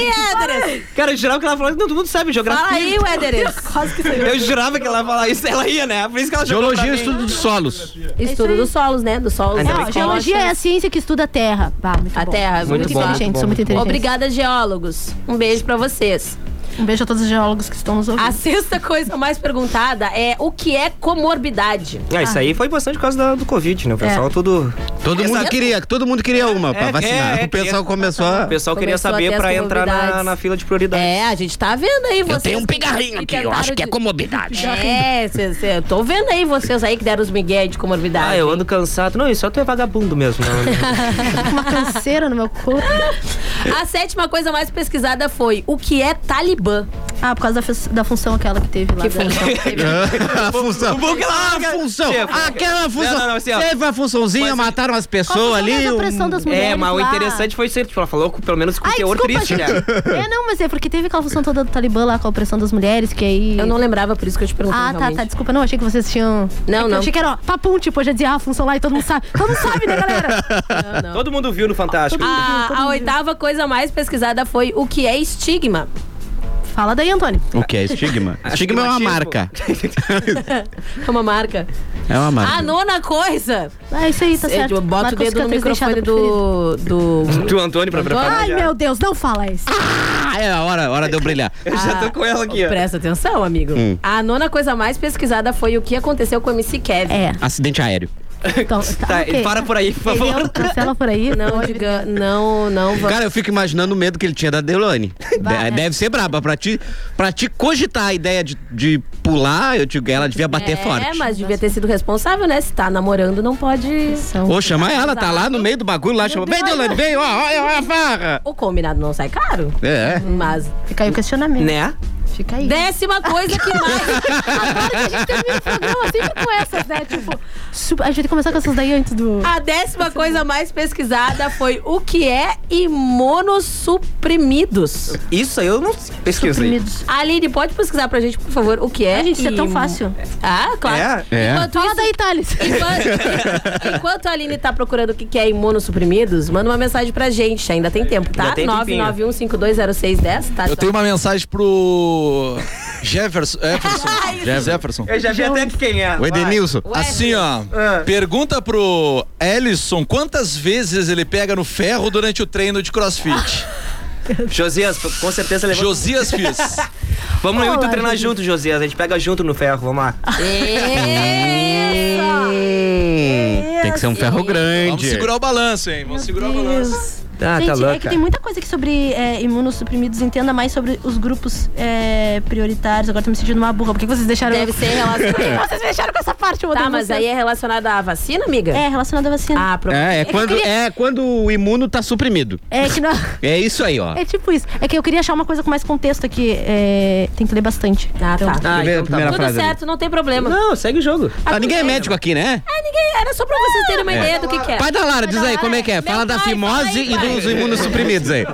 S7: Cara, eu jurava que ela falava, não, todo mundo sabe geografia.
S4: Fala aí, Wederes.
S8: (laughs)
S7: Eu jurava que ela ia falar isso, ela ia, né? Por isso que ela jogou
S5: Geologia
S7: pra
S5: é
S7: mim.
S5: estudo de solos.
S4: Estudo dos solos, né? Dos solos.
S8: Não, a geologia é a ciência que estuda a Terra. Ah, Bah, muito
S4: A
S8: bom.
S4: Terra.
S8: Muito, inteligente, sou muito inteligente.
S4: Obrigada, geólogos. Um beijo pra vocês.
S8: Um beijo a todos os geólogos que estão nos ouvindo.
S4: A sexta coisa mais perguntada é o que é comorbidade?
S7: Ah, isso aí foi bastante por causa da- do Covid, né? O pessoal
S4: É.
S7: tudo.
S5: Todo mundo queria, todo mundo
S7: É,
S5: queria uma pra vacinar. O pessoal começou a-
S7: O pessoal queria
S4: Começou a ter
S7: saber
S4: as
S7: pra entrar na,
S4: comorbidades.
S7: na fila de prioridade.
S4: É, a gente tá vendo aí vocês.
S7: tenho um
S4: que-
S7: pigarrinho aqui, eu acho
S4: tentaram
S7: que é
S4: de-
S7: comorbidade.
S4: (laughs) É, cê, cê- eu tô vendo aí vocês aí que deram os migué de comorbidade.
S7: Ah,
S4: (laughs)
S7: eu ando cansado. Não, isso só tu é vagabundo mesmo. (laughs) né?
S8: Uma canseira no meu corpo.
S4: A sétima coisa mais pesquisada foi o que é talibã.
S8: Ah, por causa da, fus- da função aquela que teve lá.
S4: Que
S5: (laughs)
S8: da-
S4: função?
S5: a função.
S7: O bom que ela
S5: a função.
S7: Chefo.
S5: Aquela função.
S7: Não, não, não, assim, ó.
S5: Teve uma funçãozinha, mataram as pessoas ali. um-
S7: É, mas o interessante foi ser, tipo, ela falou que pelo menos com
S8: Ai,
S7: teor
S8: desculpa,
S7: triste, né?
S8: gente. (laughs)
S7: (laughs)
S8: É, não, mas é porque teve aquela função toda do Talibã lá com a opressão das mulheres, que aí.
S4: Eu não lembrava, por isso que eu te perguntei.
S8: Ah, tá,
S4: realmente.
S8: tá, desculpa, não, achei que vocês tinham.
S4: Não,
S8: É que
S4: não.
S8: Eu achei que era, ó, papum, tipo, eu já dizia, ah, a função lá e todo mundo
S4: (laughs)
S8: sabe. Todo mundo sabe, né, galera?
S7: É, Todo mundo viu no Fantástico.
S4: A, a oitava coisa mais pesquisada foi o que é estigma.
S8: Fala daí, Antônio.
S5: O que é estigma? estigma é uma marca.
S4: (laughs) É uma marca.
S5: É uma marca.
S4: A nona coisa.
S8: Ah, isso aí, tá
S4: Cê-
S8: certo.
S4: eu boto
S8: Marca
S4: o
S8: os
S4: dedo no
S8: cantores
S4: microfone
S8: deixado
S4: do, do.
S7: Do Antônio pra preparar.
S8: Ai,
S7: já.
S8: meu Deus, não fala isso.
S5: Ah, é a hora, a hora de eu brilhar.
S7: Eu já tô com ela aqui, ó.
S4: Ah, Presta atenção, amigo.
S5: Hum.
S4: A nona coisa mais pesquisada foi o que aconteceu com o MC Kevin. É.
S5: Acidente aéreo.
S8: Então,
S7: Tá, e para por aí, por favor.
S8: (laughs) Cancela por aí.
S4: Não, diga, não, não. va-
S5: Cara, eu fico imaginando o medo que ele tinha da Delane.
S4: Bah,
S5: De-
S4: é.
S5: Deve ser braba. Pra te, pra te cogitar a ideia de, de pular, eu digo, ela devia bater
S4: é,
S5: forte.
S4: mas devia ter sido responsável, né? Se tá namorando, não pode.
S5: Ou chamar ela, tá lá no meio do bagulho, lá chama. Vem, Delane, vem, ó, olha, olha a farra.
S4: O combinado não sai caro.
S5: É.
S4: Mas.
S8: Fica aí o questionamento.
S7: Né?
S8: Fica aí.
S4: Décima coisa que
S8: (laughs)
S4: mais.
S8: Agora que a gente termina o programa sempre com essas, né? Tipo, super- a gente tem que começar com essas daí antes do.
S4: A décima coisa mais pesquisada foi o que é imunossuprimidos.
S7: Isso aí eu não sei. pesquisa aí.
S4: Aline, pode pesquisar pra gente, por favor, o que é?
S8: Ai, gente, isso é tão
S4: imu-
S8: fácil.
S4: Ah, claro.
S5: É? É.
S4: Enquanto,
S8: Fala daí, Thales.
S4: enquanto- enquanto a Aline tá procurando o que que é imunossuprimidos, manda uma mensagem pra gente, ainda tem tempo, tá?
S9: Ainda tem tempinho.
S4: 991520610,
S7: Ah,
S4: tá?
S9: Eu tenho uma mensagem pro
S7: (laughs)
S9: Jefferson. Jefferson. Jefferson.
S7: Eu já vi até que quem é.
S9: O Edenilson.
S7: Vai. Ah.
S9: Assim, ó. Pergunta pro Ellison quantas vezes ele pega no ferro durante o treino de crossfit.
S7: (laughs) Josias, com certeza levou.
S9: Josias fiz.
S7: Vamos eu e tu
S9: Olá,
S7: treinar
S9: Josias.
S7: junto, Josias. A gente pega junto no ferro, vamos lá.
S5: Tem que ser um ferro grande.
S9: Vamos segurar o balanço, hein? Vamos segurar o balanço.
S4: Ah,
S7: Tá,
S8: gente,
S7: tá
S8: é que
S7: louca.
S8: tem muita coisa aqui sobre é, imunossuprimidos. Entenda mais sobre os grupos é, prioritários. Agora tô me sentindo uma burra. Por que que vocês deixaram...
S4: Deve ser relacionado-
S8: Por que (laughs) vocês deixaram com essa parte? Eu
S4: Tá,
S8: odeio
S4: mas
S8: vocês.
S4: aí é relacionado à vacina, amiga?
S8: É, relacionado à vacina.
S4: Ah, pro...
S5: É, é quando, é quando o imuno tá suprimido.
S8: É que não...
S5: É isso aí, ó.
S8: É tipo isso. É que eu queria achar uma coisa com mais contexto aqui. É, Tem que ler bastante. Então,
S4: Ah, tá.
S5: Deixa eu ver a primeira
S4: Tudo
S5: frase ali.
S4: certo, não tem problema.
S7: Não, segue o jogo.
S5: Ah, ninguém é médico aqui, né?
S4: Ah, ninguém. Era só pra vocês terem uma
S5: É.
S4: ideia do que, que é.
S5: Pai da Lara, diz aí como é que é. Fala da fimose e dos imunossuprimidos aí.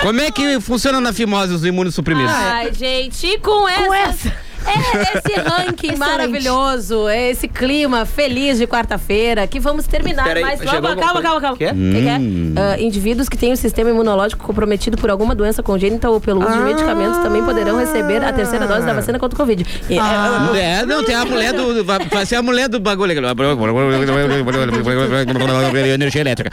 S5: Como é que funciona na fimose os imunossuprimidos?
S4: Ai, gente, com essa. É esse ranking
S8: Excelente.
S4: maravilhoso, é esse clima feliz de quarta-feira que vamos terminar.
S7: Peraí,
S4: mas
S7: chegou
S4: calma,
S7: alguma
S4: calma, calma,
S7: coisa?
S4: calma.
S7: Quê?
S4: O que que é?
S7: Hum.
S4: Ah, indivíduos que têm o sistema imunológico comprometido por alguma doença congênita ou pelo uso
S5: Ah.
S4: de medicamentos também poderão receber a terceira dose da vacina contra o Covid. E-
S5: Ah. É, não, tem a mulher do. Vai, vai ser a mulher do bagulho. Energia elétrica.